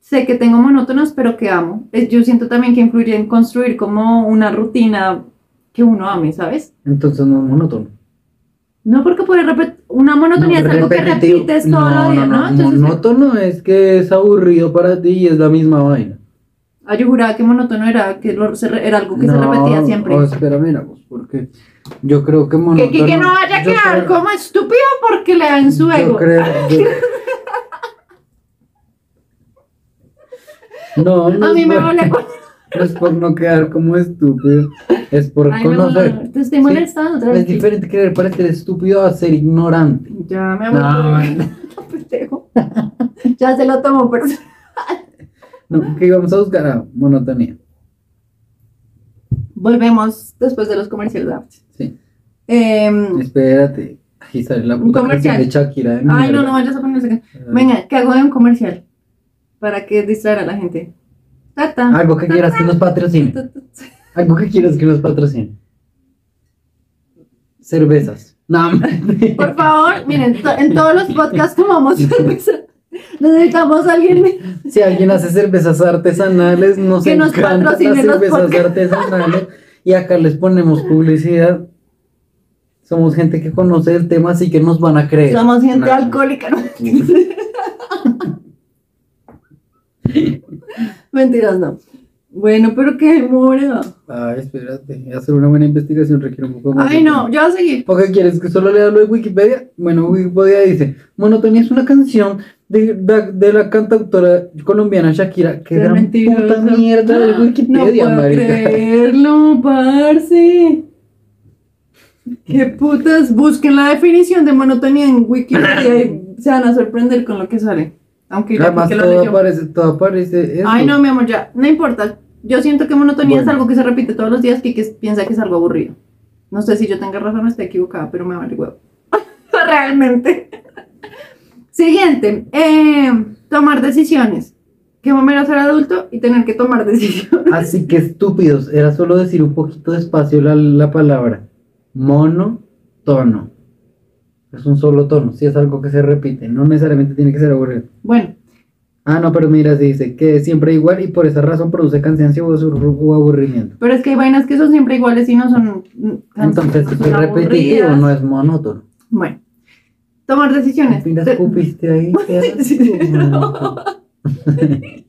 Speaker 1: sé que tengo monótonas, pero que amo. Es- Yo siento también que influye en construir como una rutina que uno ame, ¿sabes?
Speaker 2: Entonces no es monótono.
Speaker 1: No porque puede repetir, una monotonía es algo que
Speaker 2: repetitivo.
Speaker 1: repites todos los días, ¿no? Entonces,
Speaker 2: monótono es que es aburrido para ti y es la misma vaina.
Speaker 1: Ah, yo juraba que monótono era, que lo- se re- era algo que se repetía siempre.
Speaker 2: Oh, espérame, no, pues, porque yo creo que monótono.
Speaker 1: que Kike no vaya a
Speaker 2: yo
Speaker 1: quedar
Speaker 2: creo-
Speaker 1: como estúpido porque le dan su
Speaker 2: Yo
Speaker 1: ego.
Speaker 2: creo. yo- No, no
Speaker 1: A
Speaker 2: es
Speaker 1: mí me
Speaker 2: por-
Speaker 1: vale cu-
Speaker 2: no es por no quedar como estúpido, es por
Speaker 1: Ay, me
Speaker 2: conocer.
Speaker 1: vale. Te estoy
Speaker 2: Sí.
Speaker 1: molestando otra
Speaker 2: Es
Speaker 1: vez.
Speaker 2: diferente querer parecer estúpido a ser ignorante.
Speaker 1: Ya me
Speaker 2: No,
Speaker 1: voy. Pendejo. Ya se lo tomo, pero.
Speaker 2: no, que vamos a buscar a monotonía.
Speaker 1: Volvemos después de los comerciales. ¿verdad?
Speaker 2: Sí.
Speaker 1: Em,
Speaker 2: Espérate. Ahí sale la
Speaker 1: Un
Speaker 2: puta canción
Speaker 1: comercial.
Speaker 2: de Shakira. de
Speaker 1: ay, no,
Speaker 2: mierda.
Speaker 1: no vayas a ponerse. acá. Venga, que hago de un comercial para que distraer a la gente. Tata.
Speaker 2: Algo que quieras que nos patrocine. Algo que quieras que nos patrocine. Cervezas. No, hombre.
Speaker 1: Por favor, miren, to- en todos los podcasts tomamos cerveza. Necesitamos a alguien
Speaker 2: si alguien hace cervezas artesanales, nos
Speaker 1: Que nos
Speaker 2: encantan las
Speaker 1: patrocine los
Speaker 2: cervezas
Speaker 1: podcasts.
Speaker 2: artesanales. Y acá les ponemos publicidad. Somos gente que conoce el tema, así que nos van a creer.
Speaker 1: Somos gente
Speaker 2: No.
Speaker 1: alcohólica. ¿no? Mentiras, no. Bueno, pero qué demora.
Speaker 2: Ay, Ah, espérate. Hacer una buena investigación requiere un poco más. de
Speaker 1: Ay, no, yo voy a seguir.
Speaker 2: ¿O qué quieres? ¿Que solo lea lo de Wikipedia? Bueno, Wikipedia dice, Monotonía es una canción de, de- de la cantautora colombiana Shakira, que
Speaker 1: Qué
Speaker 2: gran
Speaker 1: mentiroso.
Speaker 2: puta mierda de
Speaker 1: No
Speaker 2: Wikipedia,
Speaker 1: puedo
Speaker 2: marica.
Speaker 1: creerlo, parce. Qué putas. Busquen la definición de monotonía en Wikipedia y se van a sorprender con lo que sale. Aunque ya
Speaker 2: Además,
Speaker 1: porque lo
Speaker 2: todo
Speaker 1: leyó.
Speaker 2: aparece, todo aparece eso.
Speaker 1: Ay, no, mi amor, ya. No importa. Yo siento que monotonía es
Speaker 2: Bueno.
Speaker 1: algo que se repite todos los días que, que piensa que es algo aburrido. No sé si yo tenga razón o esté equivocada, pero me vale huevo. Realmente. Siguiente. eh, tomar decisiones. Qué momento ser adulto y tener que tomar decisiones.
Speaker 2: Así que estúpidos, era solo decir un poquito despacio la, la palabra. Monotono. Es un solo tono, sí es algo que se repite, no necesariamente tiene que ser aburrido.
Speaker 1: Bueno,
Speaker 2: Ah, no, pero mira, se dice que es siempre igual y por esa razón produce cansancio o sur- o aburrimiento.
Speaker 1: pero es que hay vainas que son siempre iguales y no son. mm,
Speaker 2: Entonces,
Speaker 1: no
Speaker 2: es
Speaker 1: son
Speaker 2: repetitivo,
Speaker 1: aburridas.
Speaker 2: no es monótono.
Speaker 1: Bueno, tomar decisiones.
Speaker 2: Mira,
Speaker 1: Te-
Speaker 2: escupiste ahí. qué
Speaker 1: Sí,
Speaker 2: asco,
Speaker 1: no.
Speaker 2: marica.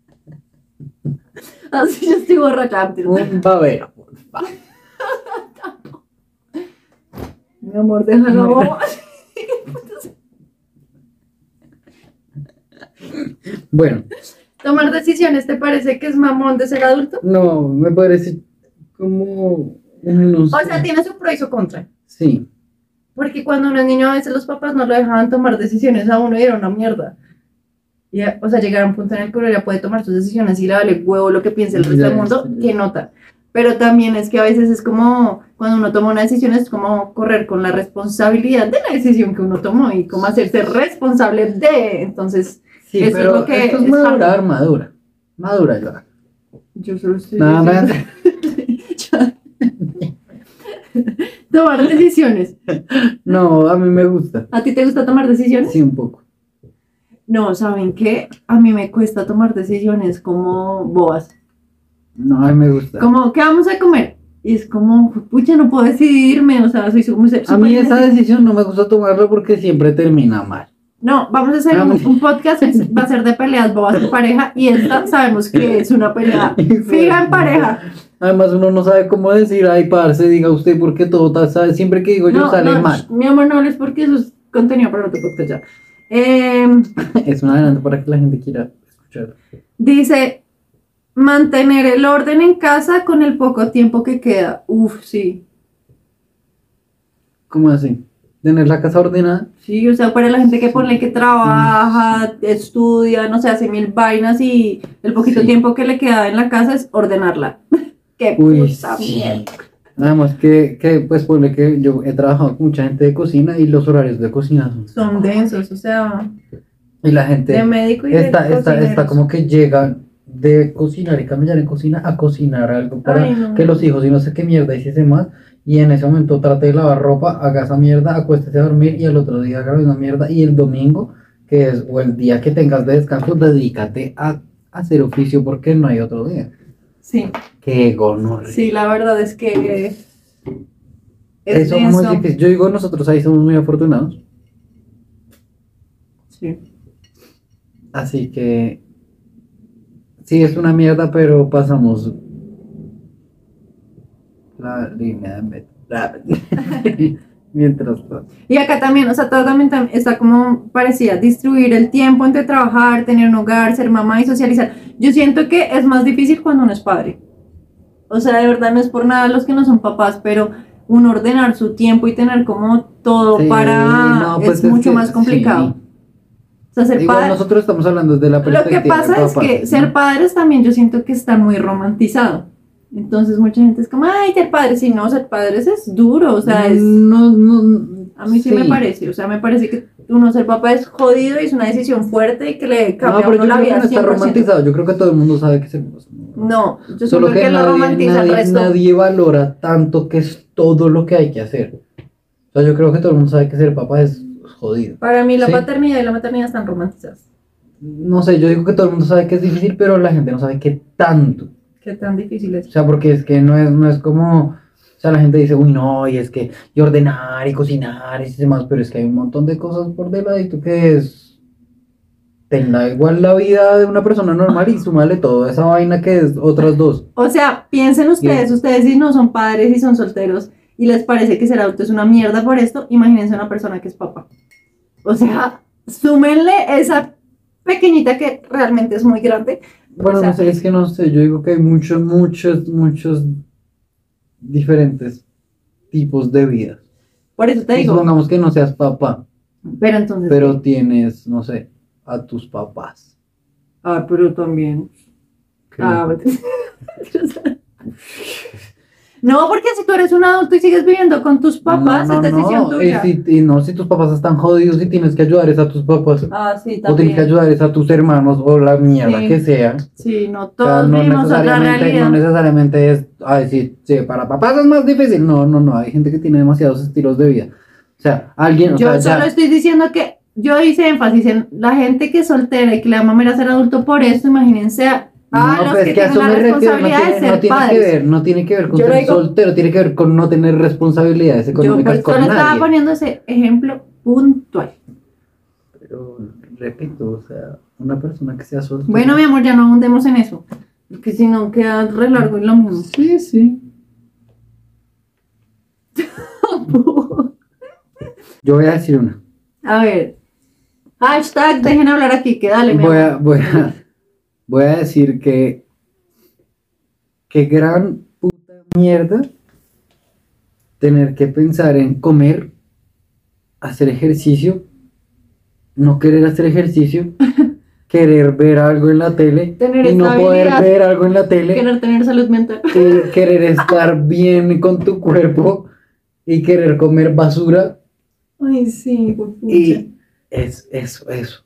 Speaker 1: Así yo estoy borracha.
Speaker 2: Un babero, por favor.
Speaker 1: Mi amor, déjalo. boba.
Speaker 2: Bueno,
Speaker 1: Tomar decisiones, ¿te parece que es mamón de ser adulto?
Speaker 2: no, me parece como un no
Speaker 1: O
Speaker 2: sé.
Speaker 1: sea, tiene su pro y su contra.
Speaker 2: Sí,
Speaker 1: Porque cuando uno es niño, a veces los papás no lo dejaban tomar decisiones a uno y era una mierda. Y, eh, o sea, llegar a un punto en el que uno ya puede tomar sus decisiones y le vale huevo lo que piense el resto
Speaker 2: Ya,
Speaker 1: del mundo,
Speaker 2: sí.
Speaker 1: que nota. Pero también es que a veces es como, cuando uno toma una decisión, es como correr con la responsabilidad de la decisión que uno tomó y como hacerse responsable de. Entonces,
Speaker 2: sí,
Speaker 1: Eso es
Speaker 2: pero
Speaker 1: lo que
Speaker 2: esto es,
Speaker 1: es
Speaker 2: madurar,
Speaker 1: hard.
Speaker 2: madura. Madura, yo.
Speaker 1: yo solo estoy.
Speaker 2: Nada más.
Speaker 1: tomar decisiones.
Speaker 2: No, a mí me gusta.
Speaker 1: ¿A ti te gusta tomar decisiones?
Speaker 2: Sí, un poco.
Speaker 1: No, ¿saben qué? A mí me cuesta tomar decisiones como bobas.
Speaker 2: No, a mí me gusta.
Speaker 1: Como, ¿qué vamos a comer? Y es como, pucha, no puedo decidirme, o sea, soy su- muy
Speaker 2: A mí esa decisión no me gusta tomarla porque siempre termina mal.
Speaker 1: No, vamos a hacer
Speaker 2: A
Speaker 1: un,
Speaker 2: mí-
Speaker 1: un podcast que va a ser de peleas bobas de pareja y esta sabemos que es una pelea fija en pareja.
Speaker 2: Además, uno no sabe cómo decir, ay, parce, diga usted, porque todo ta- sabe- siempre que digo yo
Speaker 1: No,
Speaker 2: sale
Speaker 1: no,
Speaker 2: mal.
Speaker 1: sh- mi amor, no hables porque eso es contenido para otro podcast ya. Em,
Speaker 2: Es un adelanto para que la gente quiera escuchar.
Speaker 1: Dice, mantener el orden en casa con el poco tiempo que queda. Uf, sí.
Speaker 2: ¿Cómo así? ¿Tener la casa ordenada?
Speaker 1: Sí, o sea, para la gente que pone que trabaja, estudia, no sé, hace mil vainas y el poquito
Speaker 2: Sí.
Speaker 1: tiempo que le queda en la casa es ordenarla. Qué
Speaker 2: Uy,
Speaker 1: puta
Speaker 2: sí.
Speaker 1: mierda.
Speaker 2: Además que, que pues ponle que yo he trabajado con mucha gente de cocina y los horarios de cocina son...
Speaker 1: Son densos, o sea,
Speaker 2: Y la gente
Speaker 1: de médico y de
Speaker 2: está, está, está
Speaker 1: cocineros.
Speaker 2: como que llega de cocinar y camellar en cocina a cocinar algo para
Speaker 1: Ay, no.
Speaker 2: que los hijos y no sé qué mierda hiciese más. Y en ese momento trate de lavar ropa, haga esa mierda, acuéstese a dormir y al otro día haga una mierda. Y el domingo, que es o el día que tengas de descanso, dedícate a, a hacer oficio porque no hay otro día.
Speaker 1: Sí,
Speaker 2: Qué gonorrea.
Speaker 1: sí, la verdad es que es
Speaker 2: Eso es
Speaker 1: denso.
Speaker 2: muy difícil. Yo digo, nosotros ahí somos muy afortunados.
Speaker 1: Sí.
Speaker 2: Así que sí es una mierda, pero pasamos la línea de meta. Mientras tanto.
Speaker 1: Y acá también, o sea, todo también tam- está como parecía distribuir el tiempo entre trabajar, tener un hogar, ser mamá y socializar. Yo siento que es más difícil cuando uno es padre. O sea, de verdad no es por nada los que no son papás, pero uno ordenar su tiempo y tener como todo
Speaker 2: Sí,
Speaker 1: para
Speaker 2: no, pues
Speaker 1: es, mucho
Speaker 2: que
Speaker 1: más complicado.
Speaker 2: sí.
Speaker 1: O sea, ser
Speaker 2: Igual
Speaker 1: padre.
Speaker 2: nosotros estamos hablando desde la
Speaker 1: Lo que
Speaker 2: perspectiva de
Speaker 1: pasa es
Speaker 2: papás,
Speaker 1: que
Speaker 2: ¿no?
Speaker 1: ser padres también yo siento que está muy romantizado. Entonces mucha gente es como, ay, ser padre, si no, ser padres es duro, o sea, es...
Speaker 2: no, no,
Speaker 1: A mí sí, me parece, o sea, me parece que uno ser papá es jodido y es una decisión fuerte y que le
Speaker 2: No,
Speaker 1: cambia a
Speaker 2: pero
Speaker 1: uno
Speaker 2: yo
Speaker 1: la
Speaker 2: creo que
Speaker 1: vida
Speaker 2: no está
Speaker 1: 100%.
Speaker 2: romantizado. Yo creo que todo el mundo sabe que se
Speaker 1: No, yo
Speaker 2: Solo
Speaker 1: creo que, lo
Speaker 2: nadie,
Speaker 1: romantiza
Speaker 2: nadie-
Speaker 1: el resto.
Speaker 2: nadie valora tanto que es todo lo que hay que hacer. O sea, yo creo que todo el mundo sabe que ser papá es jodido.
Speaker 1: Para mí la
Speaker 2: Sí.
Speaker 1: paternidad y la maternidad están romantizadas.
Speaker 2: No sé, yo digo que todo el mundo sabe que es difícil, pero la gente no sabe qué tanto.
Speaker 1: Qué tan difícil
Speaker 2: O
Speaker 1: es.
Speaker 2: sea, porque es que no es, no es como. O sea, la gente dice, uy, no, y es que. Y ordenar y cocinar y demás, pero es que hay un montón de cosas por delante que es. Tenla igual la vida de una persona normal y súmale toda esa vaina que es otras dos.
Speaker 1: O sea, piensen ustedes,
Speaker 2: Bien.
Speaker 1: ustedes si no son padres y son solteros y les parece que ser adulto es una mierda por esto, imagínense una persona que es papá. O sea, súmenle esa pequeñita que realmente es muy grande.
Speaker 2: Bueno,
Speaker 1: O sea,
Speaker 2: no sé, es que no sé, yo digo que hay muchos, muchos, muchos diferentes tipos de vida.
Speaker 1: Por eso te
Speaker 2: Y
Speaker 1: digo,
Speaker 2: supongamos que no seas papá,
Speaker 1: pero entonces...
Speaker 2: pero tienes, no sé, a tus papás.
Speaker 1: Ah, pero también.
Speaker 2: que-
Speaker 1: Ah, no, porque si tú eres un adulto y sigues viviendo con tus papás,
Speaker 2: No, no,
Speaker 1: es decisión
Speaker 2: no,
Speaker 1: tuya.
Speaker 2: y si, y no, si tus papás están jodidos y tienes que ayudar es a tus papás.
Speaker 1: Ah, sí,
Speaker 2: O tienes
Speaker 1: también.
Speaker 2: que ayudar es a tus hermanos o la mierda
Speaker 1: Sí.
Speaker 2: que sea.
Speaker 1: Sí, no,
Speaker 2: O
Speaker 1: todos
Speaker 2: sea, no,
Speaker 1: vivimos otra
Speaker 2: necesariamente, no
Speaker 1: realidad.
Speaker 2: necesariamente es, ay, sí, sí, para papás es más difícil. No, no, no, hay gente que tiene demasiados estilos de vida. O sea, alguien, o
Speaker 1: yo
Speaker 2: sea, ya-
Speaker 1: solo estoy diciendo que yo hice énfasis en la gente que es soltera y que le da mamera ser adulto por eso, imagínense a, a
Speaker 2: no,
Speaker 1: los
Speaker 2: pues
Speaker 1: que
Speaker 2: que a
Speaker 1: tienen
Speaker 2: eso
Speaker 1: la
Speaker 2: me refiero, no
Speaker 1: responsabilidad
Speaker 2: tiene,
Speaker 1: de
Speaker 2: no
Speaker 1: ser
Speaker 2: tiene que
Speaker 1: padres.
Speaker 2: ver, no tiene que ver con
Speaker 1: Yo lo
Speaker 2: ser
Speaker 1: digo-
Speaker 2: soltero, tiene que ver con no tener responsabilidades
Speaker 1: yo
Speaker 2: económicas
Speaker 1: pues,
Speaker 2: con
Speaker 1: solo
Speaker 2: nadie.
Speaker 1: estaba poniendo ese ejemplo puntual.
Speaker 2: Pero, repito, o sea, una persona que sea soltera.
Speaker 1: Bueno, mi amor, ya no ahondemos en eso. Porque si no, queda re largo y lo mismo.
Speaker 2: Sí, sí. Yo voy a decir una.
Speaker 1: A ver. Hashtag, dejen hablar aquí, que dale, mi
Speaker 2: Voy
Speaker 1: amor.
Speaker 2: a, voy a, voy a decir que. Qué gran puta mierda tener que pensar en comer, hacer ejercicio, no querer hacer ejercicio, querer ver algo en la tele
Speaker 1: Tener
Speaker 2: y no poder
Speaker 1: estabilidad.
Speaker 2: ver algo en la tele.
Speaker 1: Querer tener salud mental.
Speaker 2: que- querer estar bien con tu cuerpo y querer comer basura
Speaker 1: Ay, sí, güey, pucha.
Speaker 2: y es eso, eso.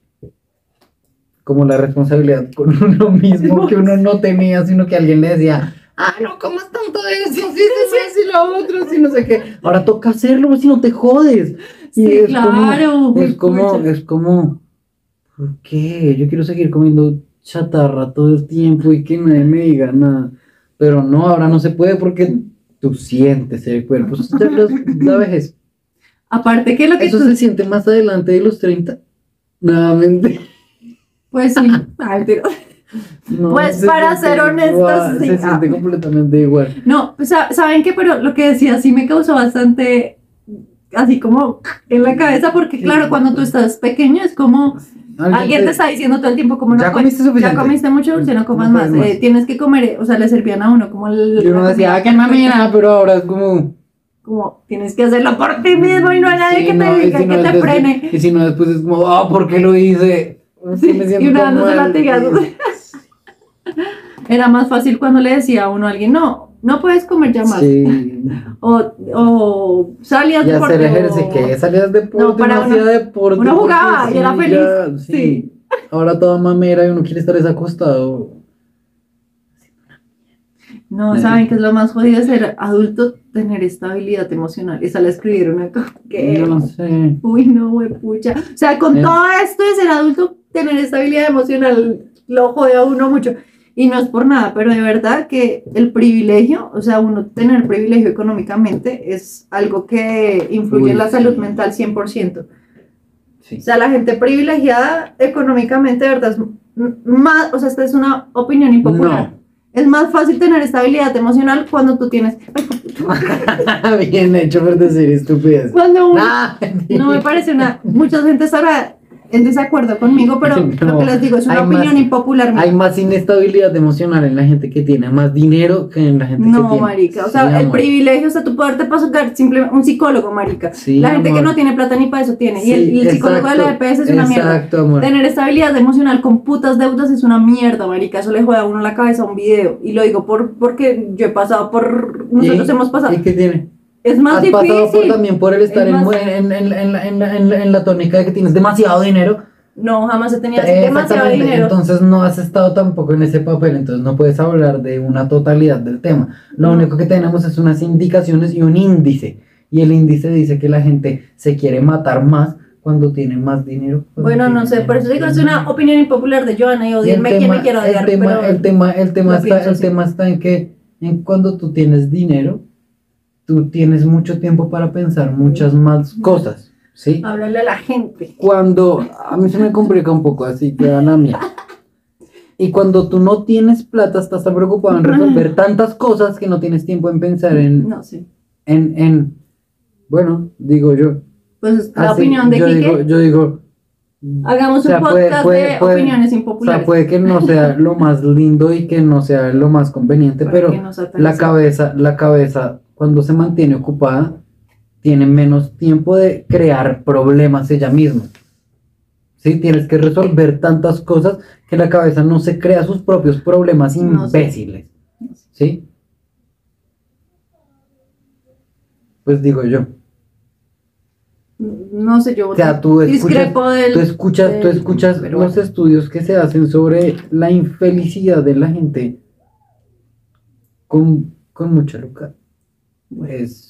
Speaker 2: Como la responsabilidad con uno mismo que uno no tenía, sino que alguien le decía, ah, no comas tanto de eso, si sí, sí, sí, lo otro, si no sé qué. Ahora toca hacerlo, si no te jodes.
Speaker 1: Sí,
Speaker 2: Y es
Speaker 1: claro.
Speaker 2: Como, es
Speaker 1: güey,
Speaker 2: como,
Speaker 1: pucha.
Speaker 2: es como, ¿por qué? Yo quiero seguir comiendo chatarra todo el tiempo y que nadie me diga nada. Pero no, ahora no se puede porque tú sientes el cuerpo. Eso es la- la vejez.
Speaker 1: Aparte que lo que
Speaker 2: Eso
Speaker 1: tú...
Speaker 2: se siente más adelante de los 30. Nuevamente.
Speaker 1: Pues sí. Ay, pero-
Speaker 2: No,
Speaker 1: Pues,
Speaker 2: se
Speaker 1: para
Speaker 2: siente
Speaker 1: ser honestos,
Speaker 2: igual,
Speaker 1: sí.
Speaker 2: Se siente
Speaker 1: Ah.
Speaker 2: completamente igual.
Speaker 1: No, pues, sa- ¿saben qué? Pero lo que decía sí me causó bastante así como en la cabeza porque
Speaker 2: Sí.
Speaker 1: claro, cuando tú estás pequeño es como alguien te está diciendo todo el tiempo como no
Speaker 2: Ya
Speaker 1: puedes-
Speaker 2: comiste suficiente.
Speaker 1: Ya comiste mucho dulce, no comas
Speaker 2: No
Speaker 1: más.
Speaker 2: comas más.
Speaker 1: eh, tienes que comer, o sea, le servían a uno como el-
Speaker 2: Yo no decía, ah, que mami, nada, pero ahora es como.
Speaker 1: como tienes que hacerlo por ti mismo y no hay nadie
Speaker 2: Mm, Sí,
Speaker 1: que
Speaker 2: no,
Speaker 1: te
Speaker 2: y
Speaker 1: diga,
Speaker 2: si
Speaker 1: que te
Speaker 2: no, después-
Speaker 1: frene.
Speaker 2: Y si no, después es como, ah, ¿por qué lo hice?
Speaker 1: Sí,
Speaker 2: me
Speaker 1: y
Speaker 2: siento
Speaker 1: uno dándose
Speaker 2: mal.
Speaker 1: latigazos. Era más fácil cuando le decía a uno a alguien, "No, no puedes comer ya más."
Speaker 2: Sí.
Speaker 1: O o salías
Speaker 2: Y hacer
Speaker 1: deporte, o-
Speaker 2: ejercicio, que salías de deporte,
Speaker 1: No, para
Speaker 2: uno
Speaker 1: uno-
Speaker 2: hacía deporte.
Speaker 1: uno
Speaker 2: porque
Speaker 1: jugaba y era feliz,
Speaker 2: ya, sí.
Speaker 1: sí.
Speaker 2: Ahora toda mamera y uno quiere estar desacostado.
Speaker 1: No,
Speaker 2: Nadie.
Speaker 1: ¿saben que es lo más jodido de ser adulto? Tener estabilidad emocional. Esa la escribieron acá. Que,
Speaker 2: Yo no sé.
Speaker 1: Uy, no, pucha. O sea, con
Speaker 2: Eh.
Speaker 1: todo esto de ser adulto, tener estabilidad emocional lo jode a uno mucho. Y no es por nada, pero de verdad que el privilegio, o sea, uno tener privilegio económicamente es algo que influye
Speaker 2: Uy,
Speaker 1: en la salud
Speaker 2: sí.
Speaker 1: mental 100%.
Speaker 2: Sí.
Speaker 1: O sea, la gente privilegiada económicamente, de verdad, es m- más, o sea, esta es una opinión impopular. Es más fácil tener estabilidad emocional cuando tú tienes...
Speaker 2: Bien hecho por decir estupidez.
Speaker 1: Cuando uno...
Speaker 2: Ah,
Speaker 1: No me parece una. Mucha gente estará en desacuerdo conmigo, pero lo
Speaker 2: No,
Speaker 1: que les digo es una
Speaker 2: hay
Speaker 1: opinión
Speaker 2: más-
Speaker 1: impopular. mía.
Speaker 2: Hay más inestabilidad emocional en la gente que tiene más dinero que en la gente que
Speaker 1: No,
Speaker 2: tiene.
Speaker 1: marica. O
Speaker 2: Sí,
Speaker 1: sea, el
Speaker 2: amor.
Speaker 1: privilegio, o sea, tú poderte pagar simplemente un psicólogo, marica.
Speaker 2: Sí,
Speaker 1: la gente que
Speaker 2: amor.
Speaker 1: no tiene plata ni para eso tiene. y el,
Speaker 2: Sí,
Speaker 1: y el psicólogo de la
Speaker 2: exacto,
Speaker 1: EPS es una mierda.
Speaker 2: Exacto, amor.
Speaker 1: Tener estabilidad emocional con putas deudas es una mierda, marica. Eso le juega a uno la cabeza a un video. Y lo digo por porque yo he pasado por. Nosotros
Speaker 2: ¿Y?
Speaker 1: hemos pasado.
Speaker 2: ¿Y qué tiene?
Speaker 1: Es más
Speaker 2: Has pasado por,
Speaker 1: difícil.
Speaker 2: también por el estar
Speaker 1: Es
Speaker 2: en,
Speaker 1: más-
Speaker 2: en, en- en la- en la- en la- en la tónica de que tienes demasiado dinero.
Speaker 1: No, jamás he tenido así
Speaker 2: Eh,
Speaker 1: demasiado
Speaker 2: exactamente,
Speaker 1: dinero.
Speaker 2: Entonces no has estado tampoco en ese papel, entonces no puedes hablar de una totalidad del tema. Lo
Speaker 1: No.
Speaker 2: único que tenemos es unas indicaciones y un índice. Y el índice dice que la gente se quiere matar más cuando tiene más dinero. cuando
Speaker 1: Bueno, no
Speaker 2: tiene
Speaker 1: sé, por eso digo,
Speaker 2: menos
Speaker 1: es una
Speaker 2: dinero.
Speaker 1: opinión impopular de Joana y
Speaker 2: Y el
Speaker 1: odiarme quien
Speaker 2: tema-
Speaker 1: me quiera odiar.
Speaker 2: El tema,
Speaker 1: pero-
Speaker 2: el tema, el tema
Speaker 1: lo
Speaker 2: está,
Speaker 1: pienso
Speaker 2: el
Speaker 1: así.
Speaker 2: tema está en que en cuando tú tienes dinero, tú tienes mucho tiempo para pensar muchas más cosas, ¿sí?
Speaker 1: Háblale a la gente.
Speaker 2: cuando a mí se me complica un poco así que a la mía y cuando tú no tienes plata estás tan preocupado en resolver tantas cosas que no tienes tiempo en pensar en
Speaker 1: No sé.
Speaker 2: en, en bueno digo yo
Speaker 1: Pues la
Speaker 2: así,
Speaker 1: opinión de
Speaker 2: Ah, yo
Speaker 1: Quique.
Speaker 2: digo, yo digo
Speaker 1: hagamos
Speaker 2: o sea,
Speaker 1: un
Speaker 2: puede-
Speaker 1: podcast
Speaker 2: puede-
Speaker 1: de
Speaker 2: puede-
Speaker 1: opiniones
Speaker 2: o sea
Speaker 1: impopulares.
Speaker 2: puede que no sea lo más lindo y que no sea lo más conveniente
Speaker 1: para
Speaker 2: pero
Speaker 1: que nos ataque.
Speaker 2: la cabeza, la cabeza cuando se mantiene ocupada tiene menos tiempo de crear problemas ella misma. Sí, tienes que resolver tantas cosas que la cabeza no se crea sus propios problemas
Speaker 1: No sé.
Speaker 2: imbéciles. ¿Sí? Pues digo yo.
Speaker 1: No sé, yo
Speaker 2: O sea, tú escuchas-
Speaker 1: discrepo del.
Speaker 2: Tú escuchas, tú
Speaker 1: del-
Speaker 2: escuchas
Speaker 1: pero
Speaker 2: los
Speaker 1: bueno.
Speaker 2: estudios que se hacen sobre la infelicidad de la gente con, con mucha luca. Pues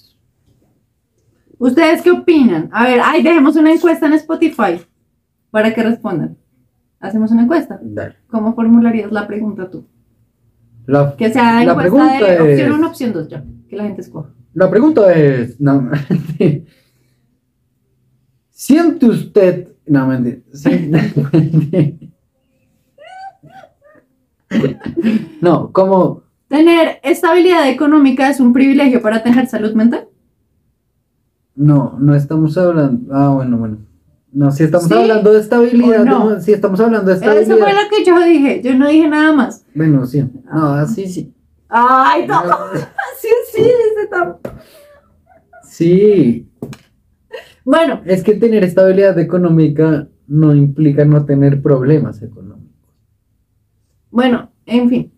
Speaker 1: ¿Ustedes qué opinan? A ver, ay, dejemos una encuesta en Spotify para que respondan. Hacemos una encuesta.
Speaker 2: Dale.
Speaker 1: ¿Cómo formularías la pregunta tú?
Speaker 2: La,
Speaker 1: Que sea
Speaker 2: La
Speaker 1: encuesta de
Speaker 2: pregunta
Speaker 1: opción
Speaker 2: es-
Speaker 1: 1, opción 2 ya. Que la gente escoja.
Speaker 2: la pregunta es, no, ¿siente usted No, mentira. Sí. no, como.
Speaker 1: ¿Tener estabilidad económica es un privilegio para tener salud mental?
Speaker 2: No, no estamos hablando. Ah, bueno, bueno. No, si estamos
Speaker 1: Sí,
Speaker 2: hablando de estabilidad,
Speaker 1: o no.
Speaker 2: no, si estamos hablando de
Speaker 1: Eso fue
Speaker 2: estabilidad.
Speaker 1: lo que yo dije, yo no dije nada más.
Speaker 2: Bueno, sí. No, así sí.
Speaker 1: Ay, no, sí, sí, ese tam-
Speaker 2: Sí,
Speaker 1: Bueno,
Speaker 2: Es que tener estabilidad económica no implica no tener problemas económicos.
Speaker 1: bueno, en fin.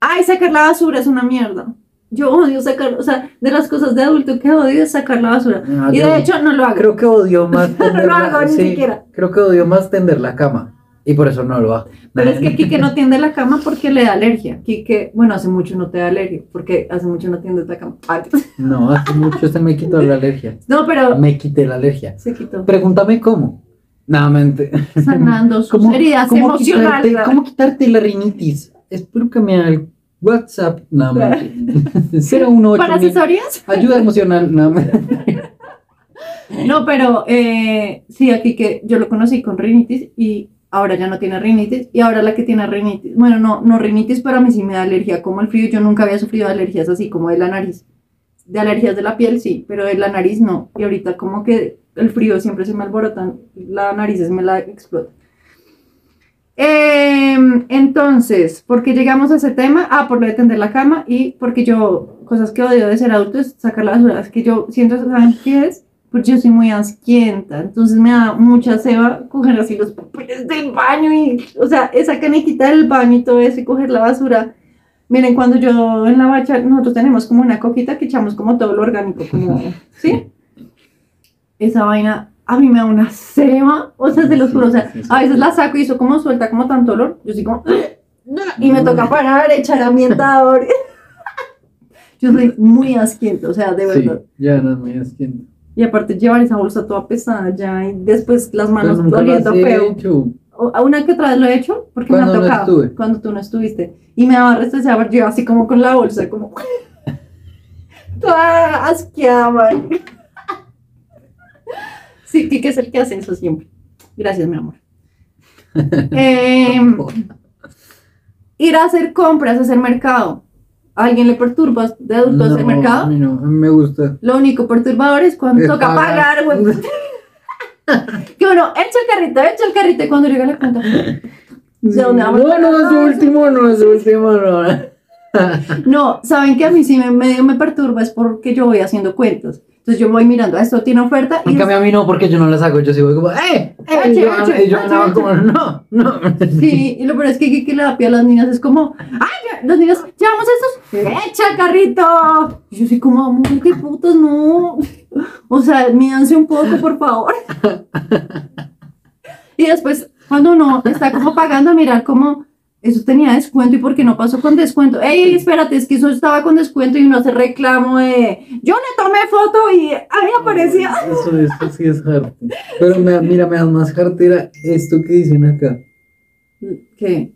Speaker 1: Ay, sacar la basura es una mierda. Yo odio sacar, o sea, de las cosas de adulto que odio es sacar la basura.
Speaker 2: Ah,
Speaker 1: Y
Speaker 2: yo-
Speaker 1: de hecho no lo hago.
Speaker 2: Creo que odio más tender
Speaker 1: No lo
Speaker 2: la-
Speaker 1: hago ni
Speaker 2: sí,
Speaker 1: siquiera.
Speaker 2: Creo que odio más tender la cama. Y por eso no lo hago.
Speaker 1: Pero es que Kike no tiende la cama porque le da alergia. Kike, bueno, hace mucho no te da alergia, porque hace mucho no tiendes la cama. Ay,
Speaker 2: No, hace mucho se me quitó la alergia.
Speaker 1: No, pero
Speaker 2: Me quité la alergia.
Speaker 1: se quitó.
Speaker 2: Pregúntame cómo. Nada, mente.
Speaker 1: Sanando sus heridas emocionales.
Speaker 2: Quitarte, ¿Cómo quitarte la rinitis? Espero que me haga el WhatsApp. Nada, mente. 018.
Speaker 1: ¿Para asesorías?
Speaker 2: Ayuda emocional. Nada, mente.
Speaker 1: No, pero eh, sí, aquí que yo lo conocí con rinitis y ahora ya no tiene rinitis y ahora la que tiene rinitis, bueno, no, no rinitis, pero a mí sí me da alergia como el frío. Yo nunca había sufrido alergias así como de la nariz. De alergias de la piel sí, pero de la nariz no. Y ahorita como que el frío siempre se me alborota, la nariz se me la explota. Em, entonces, ¿por qué llegamos a ese tema? Ah, por lo de tender la cama y porque yo, cosas que odio de ser adulto es sacar las basura. Es que yo siento, ¿saben qué es? Porque yo soy muy asquienta, entonces me da mucha ceba coger así los papeles del baño y, o sea, esa canequita del baño y todo eso y coger la basura. Miren, cuando yo en la bacha, nosotros tenemos como una coquita que echamos como todo lo orgánico, como, ¿sí? Esa vaina a mí me da una ceba, o sea, se los juro, o sea,
Speaker 2: Sí, sí, sí.
Speaker 1: a veces la saco y eso como suelta como tanto olor, yo soy como, y me toca parar, echar ambientador. Yo soy muy asquienta, o sea, de
Speaker 2: Sí,
Speaker 1: verdad.
Speaker 2: ya no me asquiento.
Speaker 1: Y aparte llevar esa bolsa toda pesada ya y después las
Speaker 2: Pero
Speaker 1: manos
Speaker 2: Pues nunca lo
Speaker 1: doliendo
Speaker 2: has
Speaker 1: feo.
Speaker 2: hecho.
Speaker 1: O- A una que otra vez lo he hecho porque me ha
Speaker 2: Cuando no
Speaker 1: tocado
Speaker 2: estuve.
Speaker 1: cuando tú no estuviste. Y me daba resto de saber yo así como con la bolsa, como toda asqueada, man. Sí, Kike es el que hace eso siempre. Gracias, mi amor. Em, ir a hacer compras, hacer mercado. ¿A alguien le perturba de adulto hacer
Speaker 2: No,
Speaker 1: mercado?
Speaker 2: a mí no, a mí me gusta.
Speaker 1: Lo único perturbador es cuando
Speaker 2: Es
Speaker 1: toca pagar,
Speaker 2: pagar.
Speaker 1: güey. que uno, echa el carrito, echa el carrito y cuando llega la cuenta. ¿de dónde vamos?
Speaker 2: No, no es último, no es último, no.
Speaker 1: No, saben que a mí sí me, medio me perturba es porque yo voy haciendo cuentas. Entonces yo voy mirando, "Ah, esto tiene oferta y
Speaker 2: En cambio a mí no, porque yo no las hago, yo sí voy como,
Speaker 1: Eh,
Speaker 2: ¡eh! ¡eh! Y yo,
Speaker 1: che,
Speaker 2: y yo
Speaker 1: che,
Speaker 2: andaba
Speaker 1: che.
Speaker 2: como, no, no.
Speaker 1: sí, y lo peor es que Kiki le da pie a las niñas, es como, ay, ya, los niños, llevamos estos, echa el carrito. Y yo soy como, amor, qué putas, no. O sea, mídanse un poco, por favor. Y después, cuando uno está como pagando, mirar como, eso tenía descuento y por qué no pasó con descuento. Ey, espérate, es que eso estaba con descuento y uno hace reclamo de, yo le tomé foto y ahí aparecía.
Speaker 2: Eso, eso sí es jarte. Pero me- mira, me da más jartera esto que dicen acá.
Speaker 1: ¿Qué?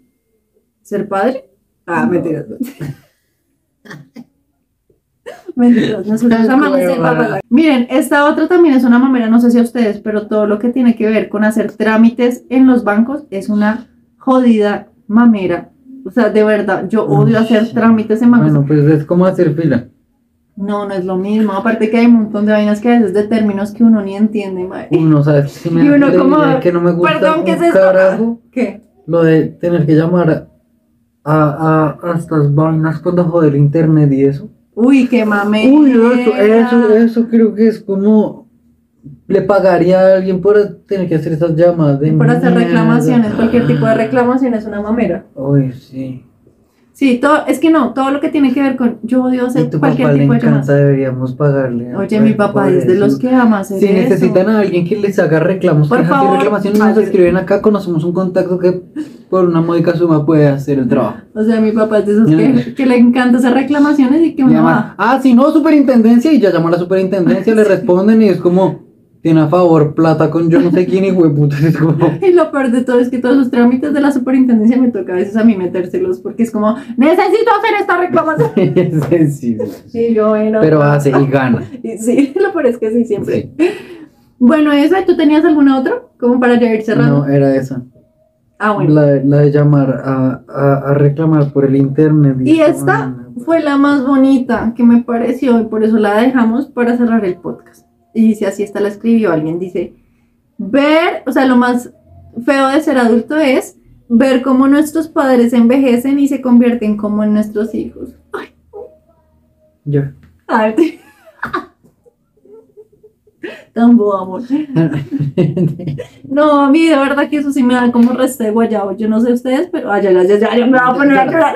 Speaker 1: ¿Ser padre? Ah,
Speaker 2: No.
Speaker 1: mentiras. mentiras, nosotros amamos ser
Speaker 2: Huevada.
Speaker 1: papás. Miren, esta otra también es una mamera, no sé si a ustedes, pero todo lo que tiene que ver con hacer trámites en los bancos es una jodida mamera. O sea, de verdad, yo odio hacer trámites en bancos.
Speaker 2: Bueno, pues es como hacer fila.
Speaker 1: No, no es lo mismo. Aparte que hay un montón de vainas que a veces de términos que uno ni entiende, madre.
Speaker 2: Uno, ¿sabes? Si me
Speaker 1: Y
Speaker 2: da
Speaker 1: uno
Speaker 2: jartera
Speaker 1: como,
Speaker 2: y que no me gusta
Speaker 1: "Perdón, ¿qué es
Speaker 2: un
Speaker 1: esto?"
Speaker 2: carajo.
Speaker 1: ¿Qué?
Speaker 2: lo de tener que llamar a, a, a- a estas vainas cuando joder internet y eso.
Speaker 1: Uy, qué mame.
Speaker 2: Uy, eso, eso, eso creo que es como le pagaría a alguien por tener que hacer esas llamadas de
Speaker 1: Para hacer
Speaker 2: mierda.
Speaker 1: reclamaciones, cualquier tipo de reclamación es una mamera.
Speaker 2: Uy, sí.
Speaker 1: Sí, todo, es que no, todo lo que tiene que ver con yo odio
Speaker 2: Y
Speaker 1: hacer
Speaker 2: tu
Speaker 1: cualquier
Speaker 2: papá le
Speaker 1: tipo de
Speaker 2: encanta,
Speaker 1: llamada.
Speaker 2: deberíamos pagarle.
Speaker 1: Oye, mi papá es de los que ama hacer
Speaker 2: Si
Speaker 1: eso.
Speaker 2: necesitan a alguien que les haga reclamos,
Speaker 1: Por
Speaker 2: quejas y
Speaker 1: favor,
Speaker 2: reclamaciones, nos
Speaker 1: pague.
Speaker 2: escriben acá, conocemos un contacto que por una módica suma puede hacer el trabajo.
Speaker 1: O sea, mi papá es de esos que, que le encanta hacer reclamaciones y que
Speaker 2: Y
Speaker 1: uno
Speaker 2: llaman,
Speaker 1: va.
Speaker 2: ah, si no, superintendencia, y ya llamó a la
Speaker 1: Ah,
Speaker 2: superintendencia, le responden y es como, tiene a favor plata con yo no sé quién y hueputa, es como,
Speaker 1: Y lo peor de todo es que todos los trámites de la superintendencia me toca a veces a mí metérselos porque es como, necesito hacer esta reclamación.
Speaker 2: es sencillo.
Speaker 1: Sí, yo bueno.
Speaker 2: Pero hace y gana.
Speaker 1: Y sí, lo peor es que sí, siempre. Bueno, esa, ¿tú tenías alguna otra? Como para ya ir cerrando.
Speaker 2: No, era esa.
Speaker 1: ah, bueno.
Speaker 2: La, de- la de llamar a, a- a reclamar por el internet.
Speaker 1: Y esta
Speaker 2: pues,
Speaker 1: fue la más bonita que me pareció y por eso la dejamos para cerrar el podcast. Y dice así, esta la escribió alguien, dice, ver, o sea, lo más feo de ser adulto es ver cómo nuestros padres envejecen y se convierten como en nuestros hijos.
Speaker 2: Ya.
Speaker 1: Ay, te- Tan bobo, amor. No, a mí de verdad que eso sí me da como reste de guayabo. Yo no sé ustedes, pero ay, ya, ya, ya, ya, me voy a poner a llorar.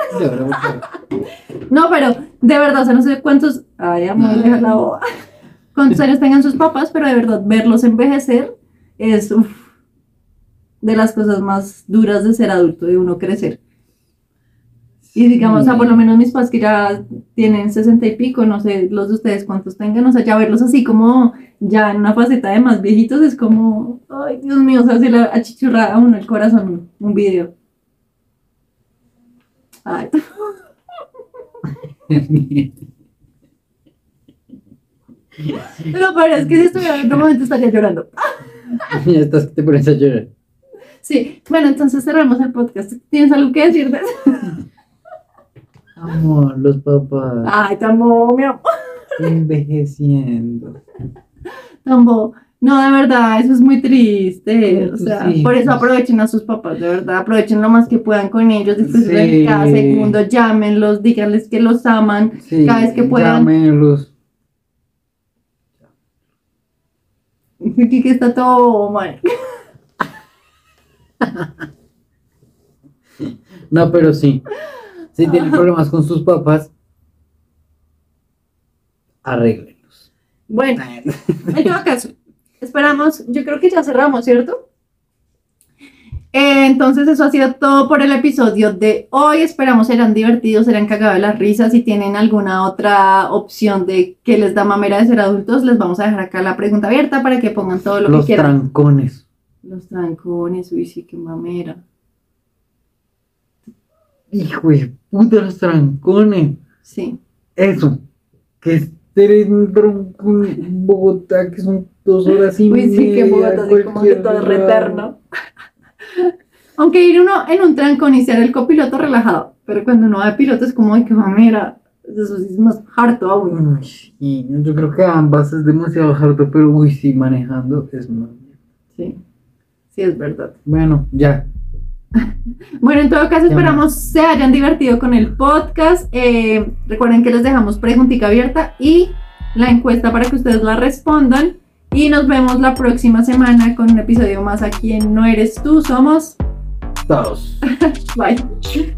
Speaker 1: No, pero de verdad, o sea, no sé cuántos. Ay, amor, deja la boba. Cuántos años tengan sus papás, pero de verdad, verlos envejecer es uf, de las cosas más duras de ser adulto, de uno crecer. Y digamos, "Ah, o sea, por lo menos mis papás que ya tienen sesenta y pico, no sé los de ustedes cuántos tengan, o sea, ya verlos así como ya en una faceta de más viejitos es como, ay, Dios mío, o sea, se le achichurra a uno el corazón un video. Ay. Pero pero es que si estuviera en otro momento estaría llorando.
Speaker 2: Ya estás que te pones a llorar.
Speaker 1: Sí, bueno, entonces cerramos el podcast. ¿Tienes algo que decir? de eso?
Speaker 2: Amor, los papás
Speaker 1: Ay, tambo, mi amor,
Speaker 2: envejeciendo.
Speaker 1: tambo. No, de verdad, eso es muy triste. O
Speaker 2: Sí,
Speaker 1: sea,
Speaker 2: sí.
Speaker 1: por eso aprovechen a sus papás, de verdad. Aprovechen lo más que puedan con ellos. Disfruten
Speaker 2: Sí.
Speaker 1: cada segundo, llámenlos, díganles que los aman.
Speaker 2: Sí,
Speaker 1: Cada vez que puedan.
Speaker 2: llámenlos.
Speaker 1: Aquí que está todo mal.
Speaker 2: No, pero sí.
Speaker 1: Ah.
Speaker 2: Si tienen problemas con sus papás, arréglenlos.
Speaker 1: Bueno, en todo caso, esperamos, yo creo que ya cerramos, ¿cierto? Eh, entonces eso ha sido todo por el episodio de hoy. Esperamos serán divertidos, serán cagados de las risas. Si tienen alguna otra opción de que les da mamera de ser adultos, les vamos a dejar acá la pregunta abierta para que pongan todo lo
Speaker 2: Los
Speaker 1: que quieran.
Speaker 2: trancones.
Speaker 1: Los trancones, uy, sí, qué mamera.
Speaker 2: Hijo de puta, los trancones.
Speaker 1: Sí.
Speaker 2: Eso. Que estén en tronco en Bogotá, que son dos horas y
Speaker 1: Uy,
Speaker 2: media.
Speaker 1: sí, que Bogotá así como que
Speaker 2: cualquier
Speaker 1: todo
Speaker 2: lado.
Speaker 1: reterno. Aunque ir uno en un trancón y ser el copiloto relajado, pero cuando uno va de piloto es como, ay, qué mamera, eso sí es más harto aún.
Speaker 2: Uy, sí, yo creo que ambas es demasiado harto, pero uy, sí, manejando es más.
Speaker 1: Sí, sí, es verdad.
Speaker 2: Bueno, ya.
Speaker 1: Bueno, en todo caso,
Speaker 2: Ya,
Speaker 1: esperamos se hayan divertido con el podcast. Eh, recuerden que les dejamos preguntita abierta y la encuesta para que ustedes la respondan. Y nos vemos la próxima semana con un episodio más aquí en No Eres Tú, somos.
Speaker 2: Todos.
Speaker 1: Bye.